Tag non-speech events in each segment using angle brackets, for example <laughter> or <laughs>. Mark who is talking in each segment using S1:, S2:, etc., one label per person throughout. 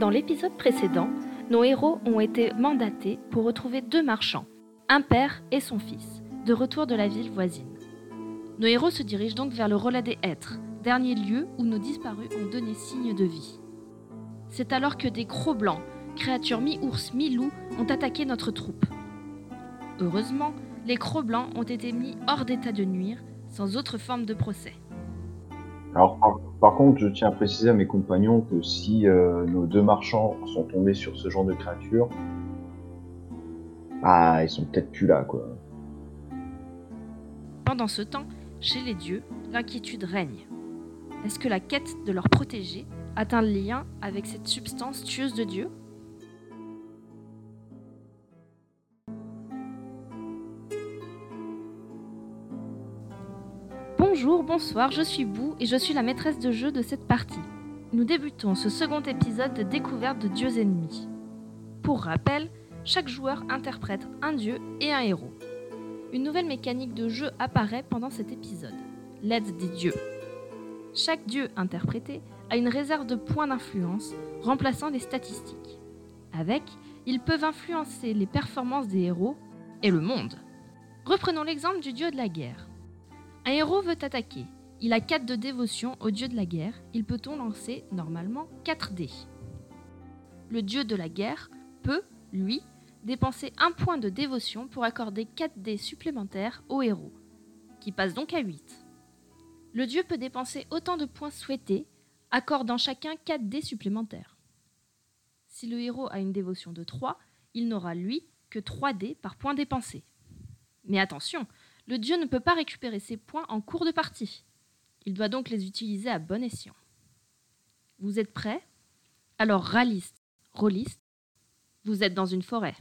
S1: Dans l'épisode précédent, nos héros ont été mandatés pour retrouver deux marchands, un père et son fils, de retour de la ville voisine. Nos héros se dirigent donc vers le relais des hêtres, dernier lieu où nos disparus ont donné signe de vie. C'est alors que des gros blancs, créatures mi-ours, mi-loup, ont attaqué notre troupe. Heureusement, les crocs blancs ont été mis hors d'état de nuire, sans autre forme de procès.
S2: Alors, par, par contre, je tiens à préciser à mes compagnons que si euh, nos deux marchands sont tombés sur ce genre de créature, ah, ils sont peut-être plus là, quoi.
S1: Pendant ce temps, chez les dieux, l'inquiétude règne. Est-ce que la quête de leur protégé atteint le lien avec cette substance tueuse de Dieu Bonjour, bonsoir, je suis Bou et je suis la maîtresse de jeu de cette partie. Nous débutons ce second épisode de découverte de dieux ennemis. Pour rappel, chaque joueur interprète un dieu et un héros. Une nouvelle mécanique de jeu apparaît pendant cet épisode, l'aide des dieux. Chaque dieu interprété a une réserve de points d'influence remplaçant les statistiques. Avec, ils peuvent influencer les performances des héros et le monde. Reprenons l'exemple du dieu de la guerre. Un héros veut attaquer. Il a 4 de dévotion au dieu de la guerre. Il peut-on lancer normalement 4 dés Le dieu de la guerre peut, lui, dépenser un point de dévotion pour accorder 4 dés supplémentaires au héros, qui passe donc à 8. Le dieu peut dépenser autant de points souhaités, accordant chacun 4 dés supplémentaires. Si le héros a une dévotion de 3, il n'aura lui que 3 dés par point dépensé. Mais attention, le dieu ne peut pas récupérer ses points en cours de partie. Il doit donc les utiliser à bon escient. Vous êtes prêts Alors raliste, rôliste, vous êtes dans une forêt.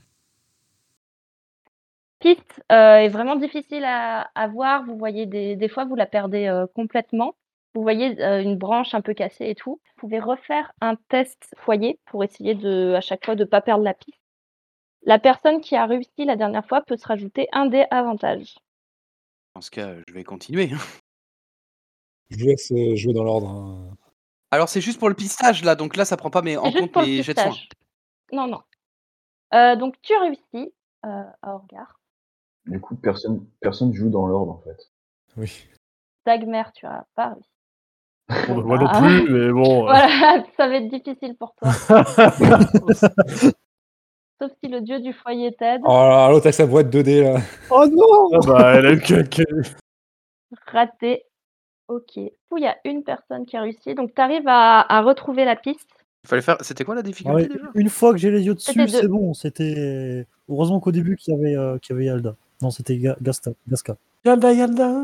S3: Pete euh, est vraiment difficile à, à voir. Vous voyez, des, des fois, vous la perdez euh, complètement. Vous voyez euh, une branche un peu cassée et tout. Vous pouvez refaire un test foyer pour essayer de, à chaque fois de ne pas perdre la piste. La personne qui a réussi la dernière fois peut se rajouter un dé avantage.
S4: Dans ce cas, je vais continuer. hein.
S5: Je vous laisse euh, jouer dans l'ordre. hein.
S4: Alors c'est juste pour le pistage là, donc là ça prend pas mais en
S3: C'est juste
S4: compte
S3: pour le
S4: les jets de soins.
S3: pistage. Non, non. Euh, donc tu réussis euh, à regard.
S2: Du coup, personne, personne joue dans l'ordre, en fait.
S5: Oui.
S3: Dagmer, tu as pas réussi. Ah,
S6: Bon, moi non plus, mais bon. euh,
S3: Voilà, <laughs> ça va être difficile pour toi. Sauf si le dieu du foyer t'aide.
S5: Oh là là, l'autre avec sa boîte 2D là.
S6: Oh non bah, Elle a eu que- que-
S3: Raté. Ok. Du coup, il y a une personne qui a réussi. Donc tu arrives à, à retrouver la piste.
S4: Il fallait faire. C'était quoi la
S7: Ah
S4: difficulté
S7: ouais,
S4: déjà
S7: une fois que j'ai les yeux
S3: C'était
S7: dessus,
S3: deux.
S7: c'est bon. C'était heureusement qu'au début qu'il y avait euh, qu'il y avait Yalda. Non, c'était Ga- Gasta, Gasca.
S6: Yalda, Yalda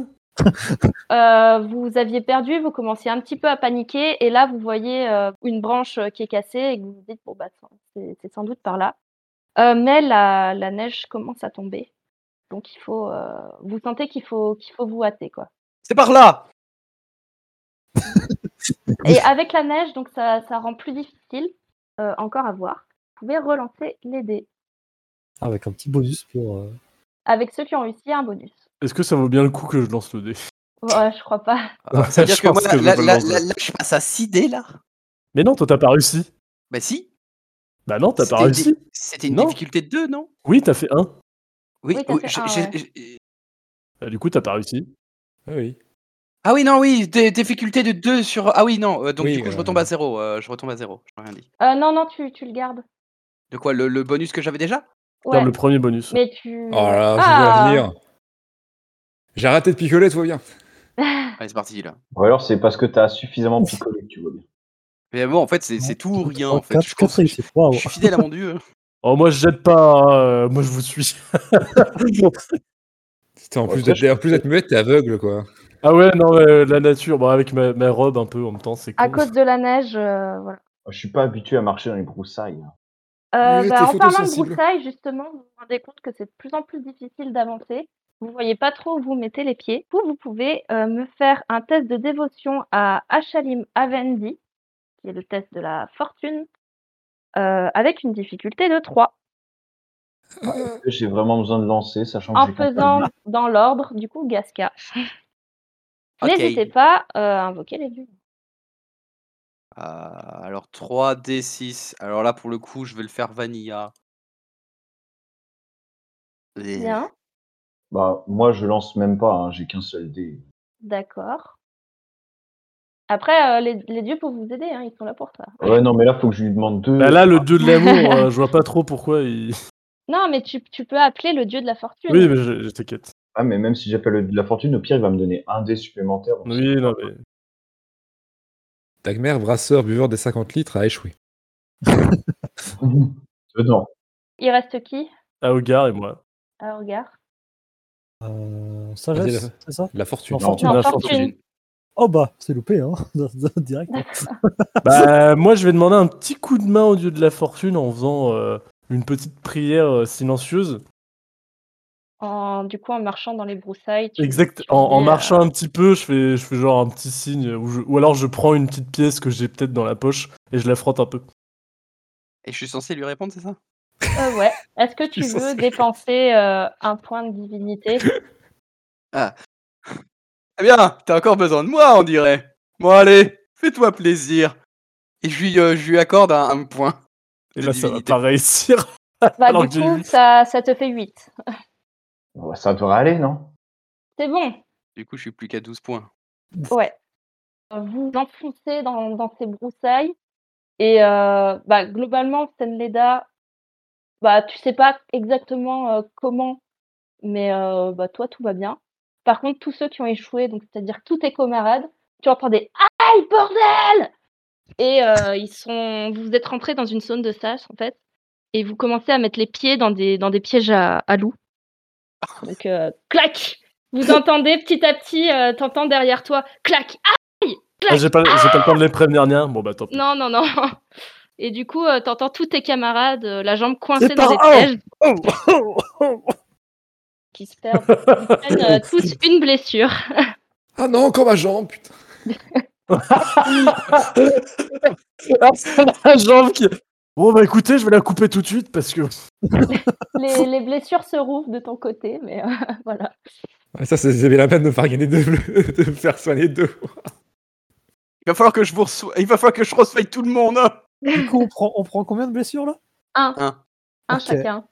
S3: Euh, vous aviez perdu, vous commenciez un petit peu à paniquer, et là vous voyez euh, une branche euh, qui est cassée et que vous vous dites bon bah ça, c'est c'est sans doute par là. Euh, mais la, la neige commence à tomber, donc il faut euh, vous sentez qu'il faut qu'il faut vous hâter quoi.
S4: C'est par là
S3: Et avec la neige donc ça, ça rend plus difficile euh, encore à voir. Vous pouvez relancer les dés
S7: Avec un Ah petit bonus pour. euh,
S3: avec ceux qui ont réussi un bonus.
S6: Est-ce que ça vaut bien le coup que je lance le dé
S3: Ouais, je crois pas.
S4: cest à
S6: Je
S4: que moi
S6: pense que je
S4: là,
S6: vais
S4: là-
S6: le lancer.
S4: là- là, je passe à 6 dés là
S6: Mais non, toi t'as pas réussi.
S4: Bah si
S6: Bah non, t'as
S4: C'était
S6: pas
S4: une
S6: réussi.
S4: di- C'était une
S6: Non.
S4: difficulté de 2, non
S6: Oui, t'as fait un.
S3: Oui, t'as fait
S4: j'ai-
S3: un,
S4: j'ai-
S3: ouais.
S4: j'ai-
S6: Bah, du coup, t'as pas réussi.
S5: Ah oui.
S4: Ah oui, non, oui, des difficultés de 2 sur. Ah oui, non, euh, donc
S5: Oui,
S4: du coup, je
S5: euh,
S4: retombe à 0. je retombe à 0. J'ai rien dit.
S3: Euh, non non tu, tu le gardes.
S4: De quoi le, le bonus que j'avais déjà
S6: Dans
S3: Ouais.
S6: le premier bonus.
S3: Mais tu.
S5: Oh là là,
S3: Ah.
S5: je vois venir. J'ai arrêté de picoler, tout va bien.
S4: Allez, c'est parti là.
S2: Ou alors, c'est parce que t'as suffisamment
S3: <laughs>
S2: picolé que tu vois bien.
S4: Mais bon, en fait, c'est
S7: non,
S4: c'est tout ou rien
S7: trois,
S4: en fait.
S7: quatre,
S4: Je,
S7: quatre
S4: pense-
S7: réussites. Waouh.
S4: je suis fidèle à mon dieu. hein.
S6: Oh, moi je jette pas. hein, euh, moi je vous suis. <laughs>
S5: C'était en
S2: Ouais,
S5: plus
S2: ça,
S5: d'être en plus d'être muette, t'es aveugle quoi.
S6: ah ouais, non, mais, euh, la nature. Bon, avec ma, ma robe un peu en même temps, c'est
S3: À
S6: con.
S3: cause de la neige euh, voilà.
S2: Je suis pas habitué à marcher dans les broussailles. hein.
S3: Euh,
S5: Mais
S3: bah,
S5: t'es
S3: en parlant de
S5: photosensible.
S3: broussailles, justement, vous vous rendez compte que c'est de plus en plus difficile d'avancer. Vous voyez pas trop où vous mettez les pieds. Vous, vous pouvez euh, me faire un test de dévotion à Achalim Avendi, qui est le test de la fortune, euh, avec une difficulté de 3,
S2: Est-ce que J'ai vraiment besoin de lancer,
S4: Oh,
S2: sachant que
S3: Mm. en
S2: j'ai qu'un
S3: faisant dans l'ordre, du coup, Gasca.
S4: Ok.
S3: N'hésitez pas euh, à invoquer les dieux.
S4: Euh, alors 3D6. Alors là, pour le coup, je vais le faire vanilla. Et-
S3: Bien,
S2: Bah, moi, je lance même pas, hein, j'ai qu'un seul dé.
S3: d'accord. Après, euh, les, les dieux pour vous aider, hein, ils sont là pour ça.
S2: Ouais, non, mais là, faut que je lui demande deux.
S6: Bah là, le
S3: <laughs>
S6: dieu de l'amour, euh, je vois pas trop pourquoi il.
S3: Non, mais tu, tu peux appeler le dieu de la fortune.
S6: Oui, mais je, je t'inquiète.
S2: Ah, mais même si j'appelle le dé de la fortune, au pire, il va me donner un dé supplémentaire. donc <laughs>
S6: Oui, non, mais.
S5: Dagmer, brasseur, buveur des 50 litres, a échoué.
S2: c'est- Euh, Non.
S3: Il reste qui
S6: Aogar et moi.
S3: Ah, regarde.
S7: Euh,
S5: Vas-y,
S7: sagesse,
S5: là.
S7: c'est ça
S5: La fortune.
S7: Non, fortune.
S6: la
S3: Non,
S6: fortune.
S3: fortune.
S7: Oh bah, c'est loupé, hein, <laughs> direct.
S6: Bah, moi, je vais demander un petit coup de main au dieu de la fortune en faisant euh, une petite prière euh, silencieuse.
S3: En, du coup, en marchant dans les broussailles. tu-
S6: Exact.
S3: tu
S6: En, en
S3: fais, euh,
S6: marchant un petit peu, je fais, je fais genre un petit signe, ou, je- ou alors je prends une petite pièce que j'ai peut-être dans la poche et je la frotte un peu.
S4: Et je suis censé lui répondre, c'est ça
S3: euh, ouais. Est-ce
S6: <laughs>
S3: que tu
S5: Ils sont
S3: veux
S5: sérieux.
S3: dépenser euh, un point de divinité
S4: Eh bien, t'as encore besoin de moi, on dirait. Bon, allez, fais-toi plaisir. Et je lui, euh, je lui accorde un, un point.
S6: Et
S4: de
S6: là, ça va
S4: divinité.
S6: pas réussir. <laughs>
S3: Bah,
S6: Alors que
S3: du
S6: j'ai
S3: coup,
S6: huit.
S3: ça, ça te fait 8.
S2: Bah, ça devrait aller, non
S3: C'est bon.
S4: Du coup, je suis plus qu'à 12 points.
S3: Ouais. Euh, Vous enfoncez dans, dans ces broussailles. Et euh, bah, globalement, Senleda, bah, tu sais pas exactement euh, comment, mais euh, bah, toi, tout va bien. Par contre, tous ceux qui ont échoué, donc c'est-à-dire tous tes camarades, tu entends des Aïe, bordel Et euh, ils sont... vous êtes rentrés dans une zone de sas, en fait, et vous commencez à mettre les pieds dans des, dans des pièges à, à loups. Donc, euh, clac Vous entendez petit à petit, euh, t'entends derrière toi, clac
S6: Ah, j'ai pas, j'ai pas le temps de les prévenir, rien. Bon, bah tant pis.
S3: Non, non, non. <laughs> Et du coup, euh, t'entends tous tes camarades, euh, la jambe coincée
S5: C'est
S3: dans
S5: par
S3: des
S5: un.
S3: pièges,
S5: Oh, oh, oh.
S3: qui se perdent, qui se prennent, euh, tous une blessure.
S5: Ah non, encore ma jambe, putain.
S6: <laughs> la jambe qui. Bon, bah écoutez, je vais la couper tout de suite parce que.
S3: Les, les blessures se rouvrent de ton côté, mais euh, <laughs> voilà.
S5: Ouais, ça, c'est- c'était la peine de me faire gagner deux, bleus, <laughs> de me faire soigner deux.
S4: Il va falloir que je vous reço- Il va falloir que je reçoive tout le monde. hein.
S7: Du coup, on prend, on prend combien de blessures là
S3: Un
S7: Ok.
S3: chacun.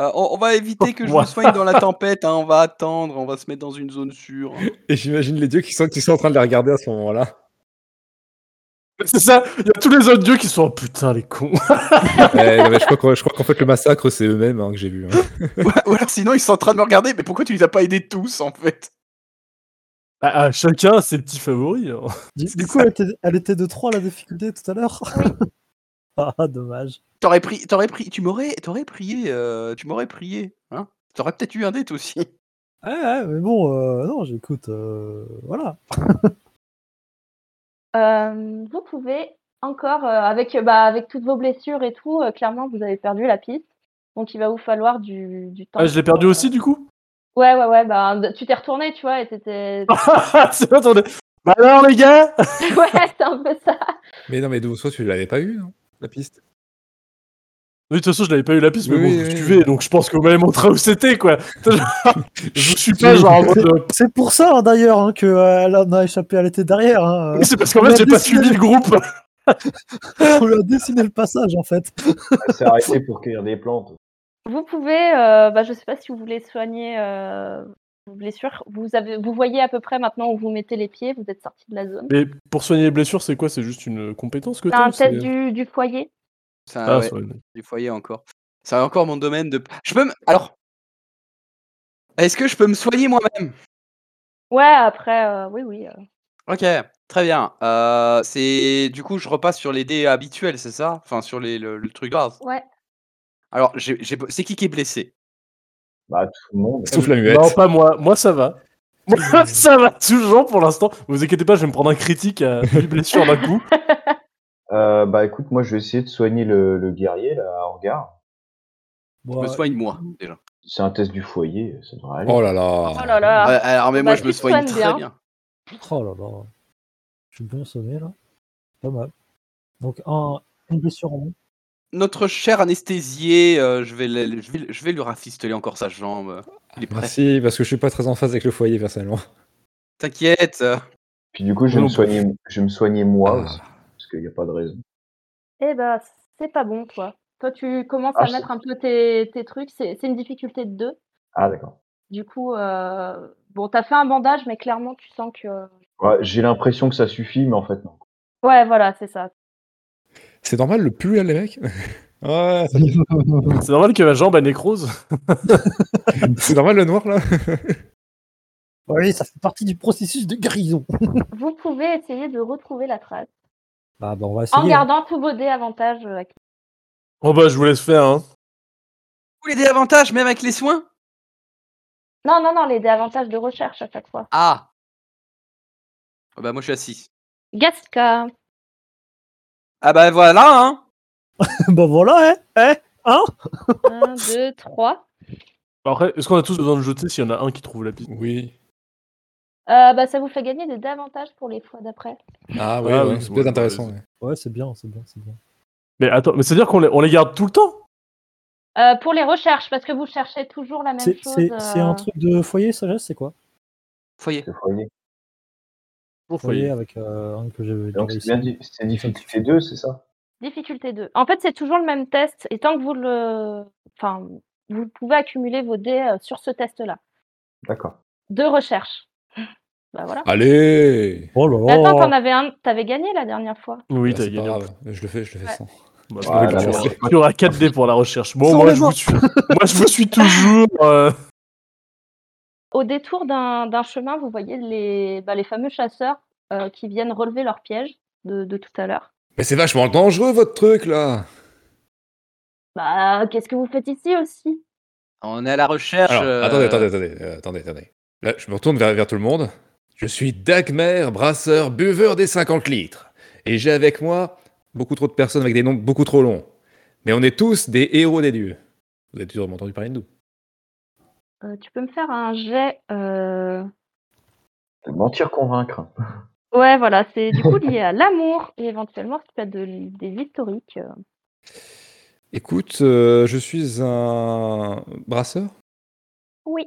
S4: Euh, on, on va éviter que je
S6: Moi.
S4: me soigne dans la tempête. hein, On va attendre. On va se mettre dans une zone sûre. hein.
S5: Et j'imagine les dieux qui sont, qui sont en train de les regarder à ce moment-là.
S6: C'est ça, il y a tous les autres dieux qui sont. Oh, putain, les cons.
S5: <laughs> Ouais, non, mais je crois qu'en je crois qu'en fait, le massacre, c'est eux-mêmes hein, que j'ai vu. hein.
S4: ou, ou alors, sinon, ils sont en train de me regarder. Mais pourquoi tu les as pas aidés tous, en fait
S6: Ah, ah, chacun ses petits favoris. hein.
S7: Du,
S4: C'est
S7: du coup, elle était, elle était de 3 la difficulté tout à l'heure. <laughs> ah, dommage.
S4: T'aurais pris, t'aurais pris, tu m'aurais, t'aurais prié, euh, tu m'aurais prié, hein T'aurais peut-être eu un date aussi. <laughs>
S7: Ouais, ouais, mais bon, euh, non, j'écoute. euh, voilà.
S3: Euh, vous pouvez encore, euh, avec, euh, bah, avec toutes vos blessures et tout, euh, clairement, vous avez perdu la piste. Donc, il va vous falloir du, du temps.
S6: Ah, je l'ai
S3: pour,
S6: perdu
S3: euh,
S6: aussi, du coup <laughs>
S3: Ouais, ouais, ouais. Bah, d- tu t'es retourné, tu vois, et t'étais. <laughs>
S6: Ah, C'est attendez. Bah alors, les gars
S3: ouais, c'est un peu ça.
S5: Mais non, mais de soit tu l'avais pas eu, non La piste.
S6: Oui, de toute façon, je n'avais pas eu la piste, mais
S5: Oui,
S6: bon,
S5: oui,
S6: je
S5: oui.
S6: vous suivais, donc je pense que vous m'avez montré où
S5: <laughs>
S6: c'était, quoi. Je vous suis pas, genre, en mode. euh,
S7: C'est pour ça hein, d'ailleurs hein, que euh, elle en a échappé à l'été derrière. hein.
S6: C'est parce qu'en
S7: On a
S6: fait, j'ai pas
S7: décidé-
S6: suivi le groupe. <laughs>
S7: On lui a dessiné le passage en fait.
S2: <laughs> Elle s'est arrêtée pour cueillir des plantes.
S3: Vous pouvez, euh, bah, je sais pas si vous voulez soigner euh, vos blessures. Vous, avez, vous voyez à peu près maintenant où vous mettez les pieds, vous êtes sorti de la zone.
S6: Mais pour soigner les blessures, c'est quoi C'est juste une compétence que
S3: C'est
S6: t'as
S3: un
S6: ou c'est-
S3: test du, du foyer.
S4: C'est un-
S6: Ah,
S4: ouais,
S6: ça, ouais.
S4: du foyer encore. C'est encore mon domaine de. Je peux me. Alors. Est-ce que je peux me soigner moi-même
S3: Ouais, après, euh, oui, oui. euh.
S4: Ok, très bien. Euh, c'est du coup, je repasse sur les dés habituels, c'est ça Enfin, sur les, le, le truc grave.
S3: Ouais.
S4: Alors, j'ai- j'ai- c'est qui qui est blessé
S2: Bah, tout le monde.
S5: Sauf la muette.
S6: Non, pas moi. Moi, ça va. Moi, <laughs> ça va toujours pour l'instant. Vous inquiétez pas, je vais me prendre un critique à une blessure d'un coup.
S2: Euh, bah, écoute, moi, je vais essayer de soigner le, le guerrier, là, à regard.
S7: Bon,
S4: Je me soigne moi,
S3: Ah.
S4: déjà.
S2: C'est un test du foyer, ça devrait aller.
S5: Oh là là.
S3: Oh là là.
S4: Ouais, alors, mais
S3: bah,
S4: moi, je
S3: tu
S4: me
S3: te
S4: soigne
S3: soignes
S4: très
S3: bien.
S4: bien.
S7: Oh là là. Je suis bien sonné là. Pas mal. Donc un, une blessure en moins.
S4: Notre cher anesthésié, euh, je, vais le- je, vais, je vais lui rafistoler encore sa jambe. Il est
S8: Ah
S4: prêt.
S5: Merci, parce que je suis pas très en phase avec le foyer, personnellement.
S4: T'inquiète. euh,
S2: Puis, du coup, je vais,
S6: Non,
S2: me soigner, je vais me soigner moi
S5: Ah.
S2: aussi. Parce qu'il n'y a pas de raison.
S3: Eh ben, c'est pas bon, toi. Toi, tu commences
S2: Ah,
S3: à
S2: je-
S3: mettre un peu tes, tes trucs. C'est c'est une difficulté de deux.
S2: Ah, d'accord.
S3: Du coup, euh, bon, t'as fait un bandage, mais clairement, tu sens que.
S2: Ouais, J'ai l'impression que ça suffit, mais en fait, non.
S3: Ouais, voilà, c'est ça.
S8: C'est normal le pull, les mecs <laughs> Ouais,
S6: C'est normal que ma jambe, elle nécrose.
S8: c'est normal le noir là
S7: Oui, ça fait partie du processus de guérison.
S3: Vous pouvez essayer de retrouver la trace
S7: Ah, bah, on va essayer.
S3: en gardant tous vos dés avantages. euh, actifs.
S6: Oh bah, je vous laisse faire, hein.
S4: Vous les désavantages, même avec les soins
S3: Non, non, non, les dés avantages de recherche à chaque fois.
S4: Ah Ah Bah, moi, je suis à 6.
S3: Gasca,
S4: Ah bah, voilà, hein
S7: <laughs> bah voilà, hein, hein, hein
S3: 1, 2, 3.
S6: Bah, Après, est-ce qu'on a tous besoin de jeter s'il y en a un qui trouve la piste
S8: Oui.
S3: bah, ça vous fait gagner des dés avantages pour les fois d'après.
S8: Ah oui,
S6: Ah
S8: ouais,
S6: oui,
S8: c'est
S6: ouais,
S8: peut-être
S6: ouais,
S8: intéressant.
S6: c'est-
S8: ouais.
S7: Ouais, c'est bien, c'est bien, c'est bien.
S6: Mais attends, mais c'est-à-dire qu'on les, on les garde tout le temps
S3: Euh, pour les recherches, parce que vous cherchez toujours la même
S7: C'est
S3: chose.
S7: c'est- c'est un
S3: euh,
S7: truc de foyer, sagesse, c'est quoi
S4: Foyer.
S2: Le foyer.
S6: Pour
S7: Foyer
S8: hein.
S7: avec euh, un que j'ai j'ai
S2: Donc, c'est
S7: réussi.
S2: bien dit. C'est difficulté 2, c'est ça
S3: Difficulté 2. En fait, c'est toujours le même test, et tant que vous le. Enfin, vous pouvez accumuler vos dés euh, sur ce test-là.
S2: D'accord.
S3: De recherche. <laughs> bah voilà.
S8: Allez
S7: Oh là là
S3: Attends, t'en avais un. T'avais gagné la dernière fois.
S6: Oui,
S8: Bah,
S6: t'as
S8: c'est pas
S6: gagné.
S8: grave, Je le fais, je le fais
S3: Ouais.
S8: sans.
S6: Bah,
S8: Ouais,
S6: je m'en
S8: bah,
S6: occupe.
S8: ouais.
S6: Il y aura 4 d pour la recherche. Bon,
S8: Sans
S6: moi
S8: les
S6: je,
S8: voir.
S6: vous suis... moi, je vous
S8: <laughs>
S6: suis toujours. euh,
S3: Au détour d'un d'un chemin, vous voyez les, bah, les fameux chasseurs euh, qui viennent relever leur piège de, de tout à l'heure.
S8: Mais c'est vachement dangereux votre truc là
S3: Bah, qu'est-ce que vous faites ici aussi
S4: On est à la recherche.
S8: Alors,
S4: euh,
S8: attendez, attendez, attendez, euh, attendez, attendez. Là, je me retourne vers, vers tout le monde. Je suis Dagmer, brasseur, buveur des 50 litres. Et j'ai avec moi beaucoup trop de personnes avec des noms beaucoup trop longs. Mais on est tous des héros des dieux. Vous avez toujours entendu parler de nous.
S3: Euh, Tu peux me faire un jet. euh,
S2: Mentir, convaincre.
S3: Ouais, voilà, c'est du
S8: <laughs>
S3: coup lié à l'amour et éventuellement si tu as de- des historiques. euh.
S8: Écoute, euh, je suis un brasseur.
S3: Oui.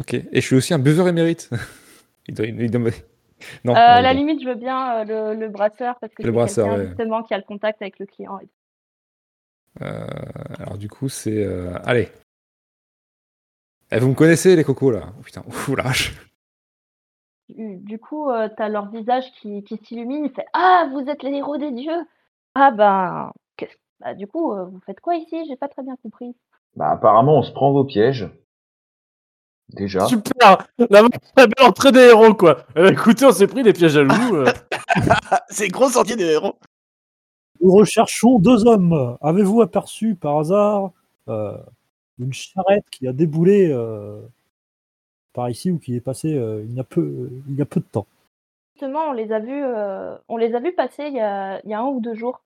S8: Ok. Et je suis aussi un buveur émérite. <laughs> il doit, il doit me- <laughs> Non.
S3: Euh, à la
S8: non, il doit-
S3: limite, je veux bien euh, le, le brasseur parce que
S8: Ah, Le
S3: c'est
S8: brasseur,
S3: quelqu'un,
S8: ouais.
S3: justement qui a le contact avec le client. et tout.
S8: Euh, alors du coup, c'est... euh, Allez. Eh, vous me connaissez les cocos là Oh, Putain, ouf,
S3: <laughs>
S8: la vache.
S3: Du, du coup, tu as leur visage qui, qui s'illumine. Il fait Ah, vous êtes les héros des dieux Ah, ben. qu'est-ce- bah, du coup, euh, vous faites quoi ici J'ai pas très bien compris.
S2: Bah, apparemment, on se prend vos pièges.
S8: Ah.
S2: Déjà.
S6: Super La la belle entrée des héros, quoi Euh, Écoutez, on s'est pris des pièges à loup. euh.
S4: Ah, c'est gros sortie des héros.
S7: Nous recherchons deux hommes. Avez-vous aperçu par hasard euh, une charrette qui a déboulé euh, par ici ou qui est passée euh, il, y a peu, il y a peu de temps
S3: Justement, on les a vus, euh, on les a vus passer il y a, il y a un ou deux jours,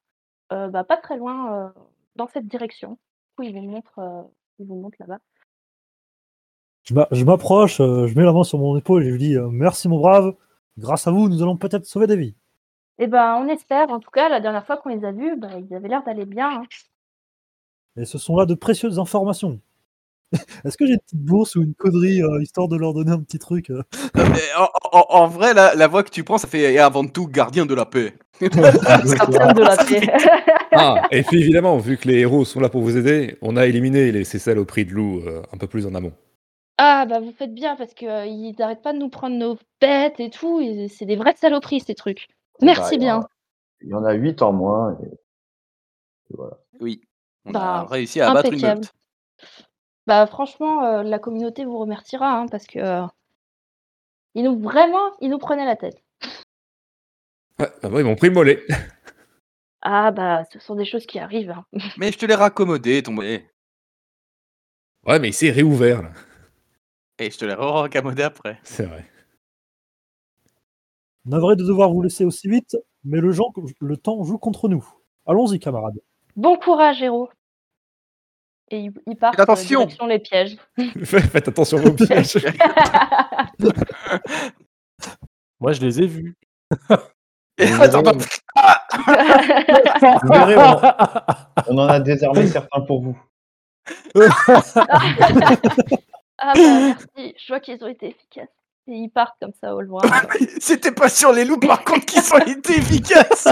S3: euh, bah, pas très loin euh, dans cette direction. Du coup, ils vous montrent, euh, ils vous montrent là-bas.
S7: Je m'a- Je m'approche, euh, je mets la main sur mon épaule et je lui dis euh, Merci mon brave, grâce à vous, nous allons peut-être sauver des vies.
S3: Eh ben, on espère. En tout cas, la dernière fois qu'on les a vus, bah, ils avaient l'air d'aller bien. hein.
S2: <laughs>
S7: Et ce sont là de précieuses informations. <laughs> Est-ce que j'ai une petite bourse ou une connerie euh, histoire de leur donner un petit truc euh
S4: Non, mais en, en- en vrai, la, la voix que tu prends, ça fait eh, avant tout gardien de la paix.
S2: Ah,
S3: Personne de la
S2: <laughs>
S3: paix.
S8: Ah, et puis évidemment, vu que les héros sont là pour vous aider, on a éliminé les cécelles au prix de loup euh, un peu plus en amont.
S3: ah, bah, vous faites bien parce que euh, ils n'arrêtent pas de nous prendre nos bêtes et tout. et C'est des vraies saloperies, ces trucs. Merci
S2: Bah,
S3: bien.
S2: Il y en a 8 en moins. et-
S4: Oui. On a
S3: Bah,
S4: réussi à abattre une
S3: impeccable.
S4: meute.
S3: Bah franchement, euh, la communauté vous remerciera hein, parce que euh, ils nous vraiment, ils nous prenaient la tête.
S8: Ouais, bah bon, ils m'ont pris le mollet. <laughs>
S3: Ah bah ce sont des choses qui arrivent. hein.
S4: Mais je te l'ai raccommodé, ton mollet.
S8: Ouais, mais il s'est réouvert, là.
S4: Et eh, je te l'ai raccommodé après.
S8: C'est vrai. <laughs>
S7: Navré de devoir vous laisser aussi vite, mais le, gens- le temps joue contre nous. Allons-y, <laughs> camarades.
S3: Bon courage, héros. Et ils, ils partent
S4: Faites attention.
S3: euh, direction les
S4: <laughs>
S3: pièges.
S8: Faites attention
S3: <laughs>
S8: aux pièges.
S6: Moi, je les ai vus.
S4: Attends, attends. Ah,
S2: Vous verrez,
S3: <laughs>
S2: on, on en a désarmé certains pour vous.
S3: ah bah merci, je vois qu'ils ont été efficaces. Et ils partent comme ça au
S4: <laughs>
S3: loin.
S4: C'était pas sur les loups, par contre, qui sont été efficaces.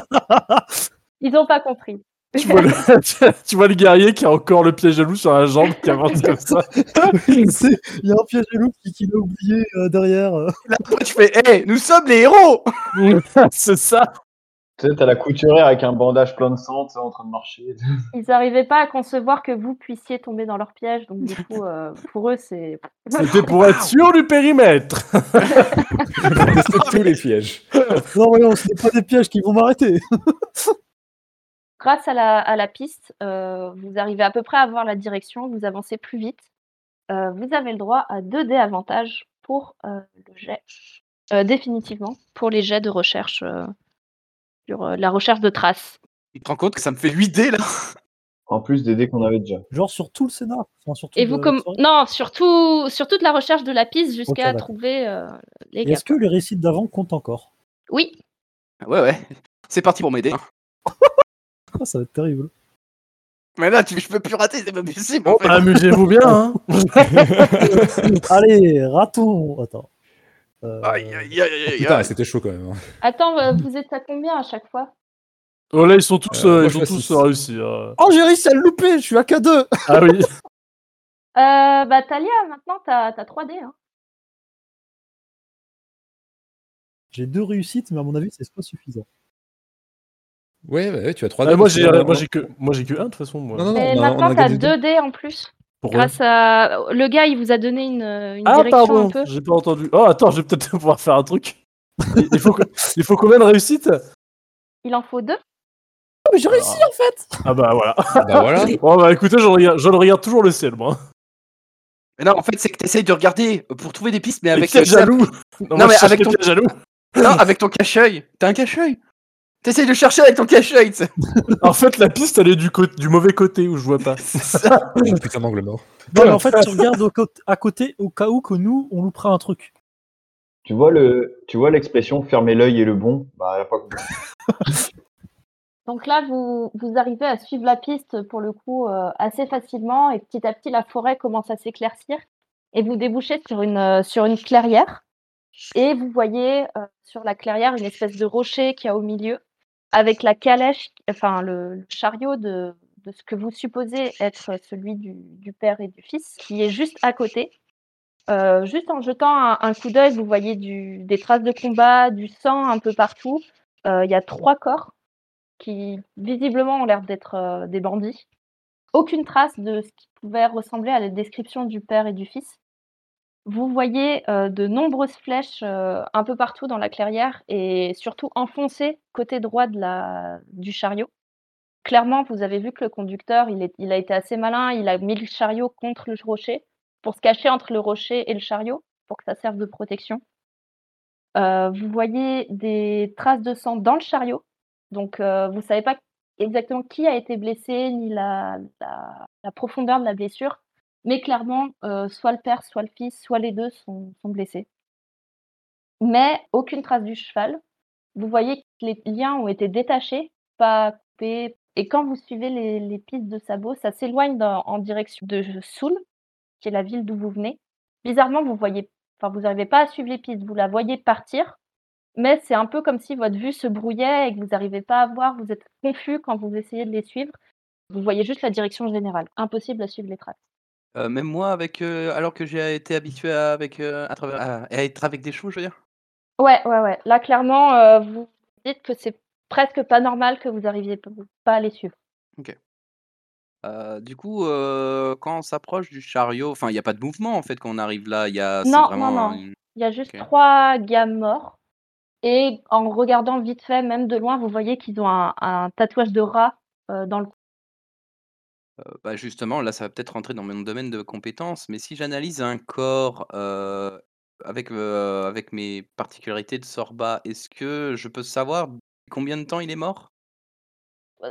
S3: Ils n'ont pas compris.
S6: Tu vois, le, <laughs> tu vois le guerrier qui a encore le piège à loup sur la jambe qui avance comme ça.
S7: C'est- Il y a un piège à loup qui, qui l'a oublié euh,
S8: <laughs>
S7: derrière. euh.
S4: Toi, tu fais, hé, nous sommes les héros.
S6: C'est ça.
S2: Tu sais, t'as la couturière avec un bandage plein de sang, tu sais, en train de marcher. <laughs>
S3: Ils n'arrivaient pas à concevoir que vous puissiez tomber dans leur piège. Donc, du coup, euh, pour eux, c'est.
S6: C'était pour être sûr du périmètre.
S8: Tester tous les pièges.
S7: <laughs> Non, voyons, ce n'est pas des pièges qui vont m'arrêter.
S3: grâce à la, à la piste, euh, vous arrivez à peu près à voir la direction, vous avancez plus vite. Euh, vous avez le droit à deux dés avantages pour euh, le jet, euh, définitivement, pour les jets de recherche, euh, sur euh, la recherche de traces.
S4: Tu te rends compte que ça me fait 8 dés là
S2: En plus des dés qu'on avait déjà.
S7: Genre sur tout le Sénat. Enfin, sur
S3: Et
S7: toute
S3: vous,
S7: la-
S3: comme... non, surtout, sur toute la recherche de la piste jusqu'à
S7: d'accord.
S3: trouver euh, les
S7: Et
S3: gars.
S7: Est-ce que les récits d'avant comptent encore <laughs>
S3: Oui,
S4: Ah Ouais, ouais. C'est parti pour m'aider.
S7: Ah, Ça va être <laughs> terrible.
S4: Mais là, tu, je peux plus rater, c'est pas possible. <laughs>
S6: Bon,
S4: en fait.
S6: bah, amusez-vous bien. Hein.
S7: Allez, raton Attends. Euh,
S4: Aïe, aïe, aïe, aïe,
S8: Putain,
S4: aïe.
S8: c'était chaud quand même. hein.
S3: attends, euh, vous êtes à combien à chaque fois
S6: Oh, là, ils sont tous,
S8: Euh,
S6: euh,
S8: moi,
S6: ils
S8: je
S6: ont
S8: fais
S6: tous
S8: six.
S6: euh, réussi. euh.
S7: Oh, j'ai réussi à le louper, je suis à K2
S6: Ah <laughs> oui.
S3: euh, bah, Talia, maintenant, t'as as 3 dés. hein.
S7: J'ai deux réussites, mais à mon avis, c'est pas suffisant.
S8: Ouais, ouais, ouais, tu as trois.
S6: Ah,
S8: dés,
S6: moi,
S8: tu
S6: j'ai,
S8: vois,
S6: euh,
S8: non,
S6: moi, j'ai que, moi, j'ai que un de toute façon. Moi.
S8: Non, non, non,
S3: Et
S8: on a- bah, on
S3: maintenant,
S8: a
S3: t'as
S8: gagné deux.
S3: deux dés en plus.
S6: Pour-
S3: Grâce à. Le gars, il vous a donné une, une
S6: Ah,
S3: direction un
S6: pardon,
S3: peu.
S6: j'ai pas entendu. Oh, attends, je vais peut-être <laughs> pouvoir faire un truc. Il il faut, que- il faut combien de réussites
S3: Il en faut deux.
S7: mais j'ai
S6: réussi,
S7: en fait
S6: Ah bah voilà.
S8: Bah voilà.
S6: <laughs> Bon bah écoutez, je regarde, je regarde toujours le ciel, moi.
S4: Mais non, en fait, c'est que t'essayes de regarder pour trouver des pistes, mais
S6: Les
S4: avec,
S6: pièges
S4: euh,
S6: jaloux.
S4: Non,
S6: moi,
S4: mais
S6: je cherche
S4: avec
S6: les
S4: ton-
S6: pièges jaloux.
S4: <laughs> non, avec ton cache-œil. T'as un cache-œil T'essayes de chercher avec ton cache-œil, tu sais.
S6: En fait, la piste, elle est du, côté- du mauvais côté où je vois
S4: <laughs>
S6: pas.
S4: C'est ça.
S8: J'ai Putain d'angle mort.
S7: Non, mais en fait, tu regardes au côté- à côté au cas où que nous, on loupera un truc.
S2: Tu vois le, tu vois l'expression fermer l'œil et le bon. Bah, elle a pas compris.
S3: Donc là, vous, vous arrivez à suivre la piste pour le coup euh, assez facilement et petit à petit, la forêt commence à s'éclaircir et vous débouchez sur une, euh, sur une clairière et vous voyez euh, sur la clairière une espèce de rocher qu'il y a au milieu avec la calèche, enfin le, le chariot de, de ce que vous supposez être celui du, du père et du fils qui est juste à côté. Euh, juste en jetant un, un coup d'œil, vous voyez du- des traces de combat, du sang un peu partout. Euh, Il y a trois corps qui visiblement ont l'air d'être euh, des bandits. Aucune trace de ce qui pouvait ressembler à la description du père et du fils. Vous voyez euh, de nombreuses flèches euh, un peu partout dans la clairière et surtout enfoncées côté droit de la, du chariot. Clairement, vous avez vu que le conducteur, il, est- il a été assez malin, il a mis le chariot contre le rocher pour se cacher entre le rocher et le chariot pour que ça serve de protection. Euh, vous voyez des traces de sang dans le chariot donc, euh, vous ne savez pas exactement qui a été blessé, ni la, la- la profondeur de la blessure, mais clairement, euh, soit le père, soit le fils, soit les deux sont, sont blessés. Mais aucune trace du cheval. Vous voyez que les liens ont été détachés, pas coupés. Et quand vous suivez les, les pistes de sabots, ça s'éloigne dans- en direction de Soul, qui est la ville d'où vous venez. Bizarrement, vous voyez, enfin, vous n'arrivez pas à suivre les pistes. Vous la voyez partir, mais c'est un peu comme si votre vue se brouillait et que vous n'arrivez pas à voir, vous êtes confus quand vous essayez de les suivre. Vous voyez juste la direction générale. Impossible à suivre les traces.
S4: Euh, même moi, avec, euh, alors que j'ai été habitué à, avec, euh, à, travers, à, à être avec des choux, je veux dire.
S3: Ouais, ouais, ouais. Là, clairement, euh, vous dites que c'est presque pas normal que vous n'arriviez p- pas à les suivre.
S4: Euh, du coup, euh, quand on s'approche du chariot, enfin, il n'y a pas de mouvement en fait quand on arrive là. Il y a c'est
S3: Non, non,
S4: vraiment
S3: non.
S4: une-
S3: Il y a juste
S4: Ok.
S3: trois gars morts. Et en regardant vite fait, même de loin, vous voyez qu'ils ont un, un tatouage de rat euh, dans le cou.
S4: Euh, bah, justement, là, ça va peut-être rentrer dans mon domaine de compétences, mais si j'analyse un corps euh, avec, euh, avec mes particularités de Sorba, est-ce que je peux savoir combien de temps il est mort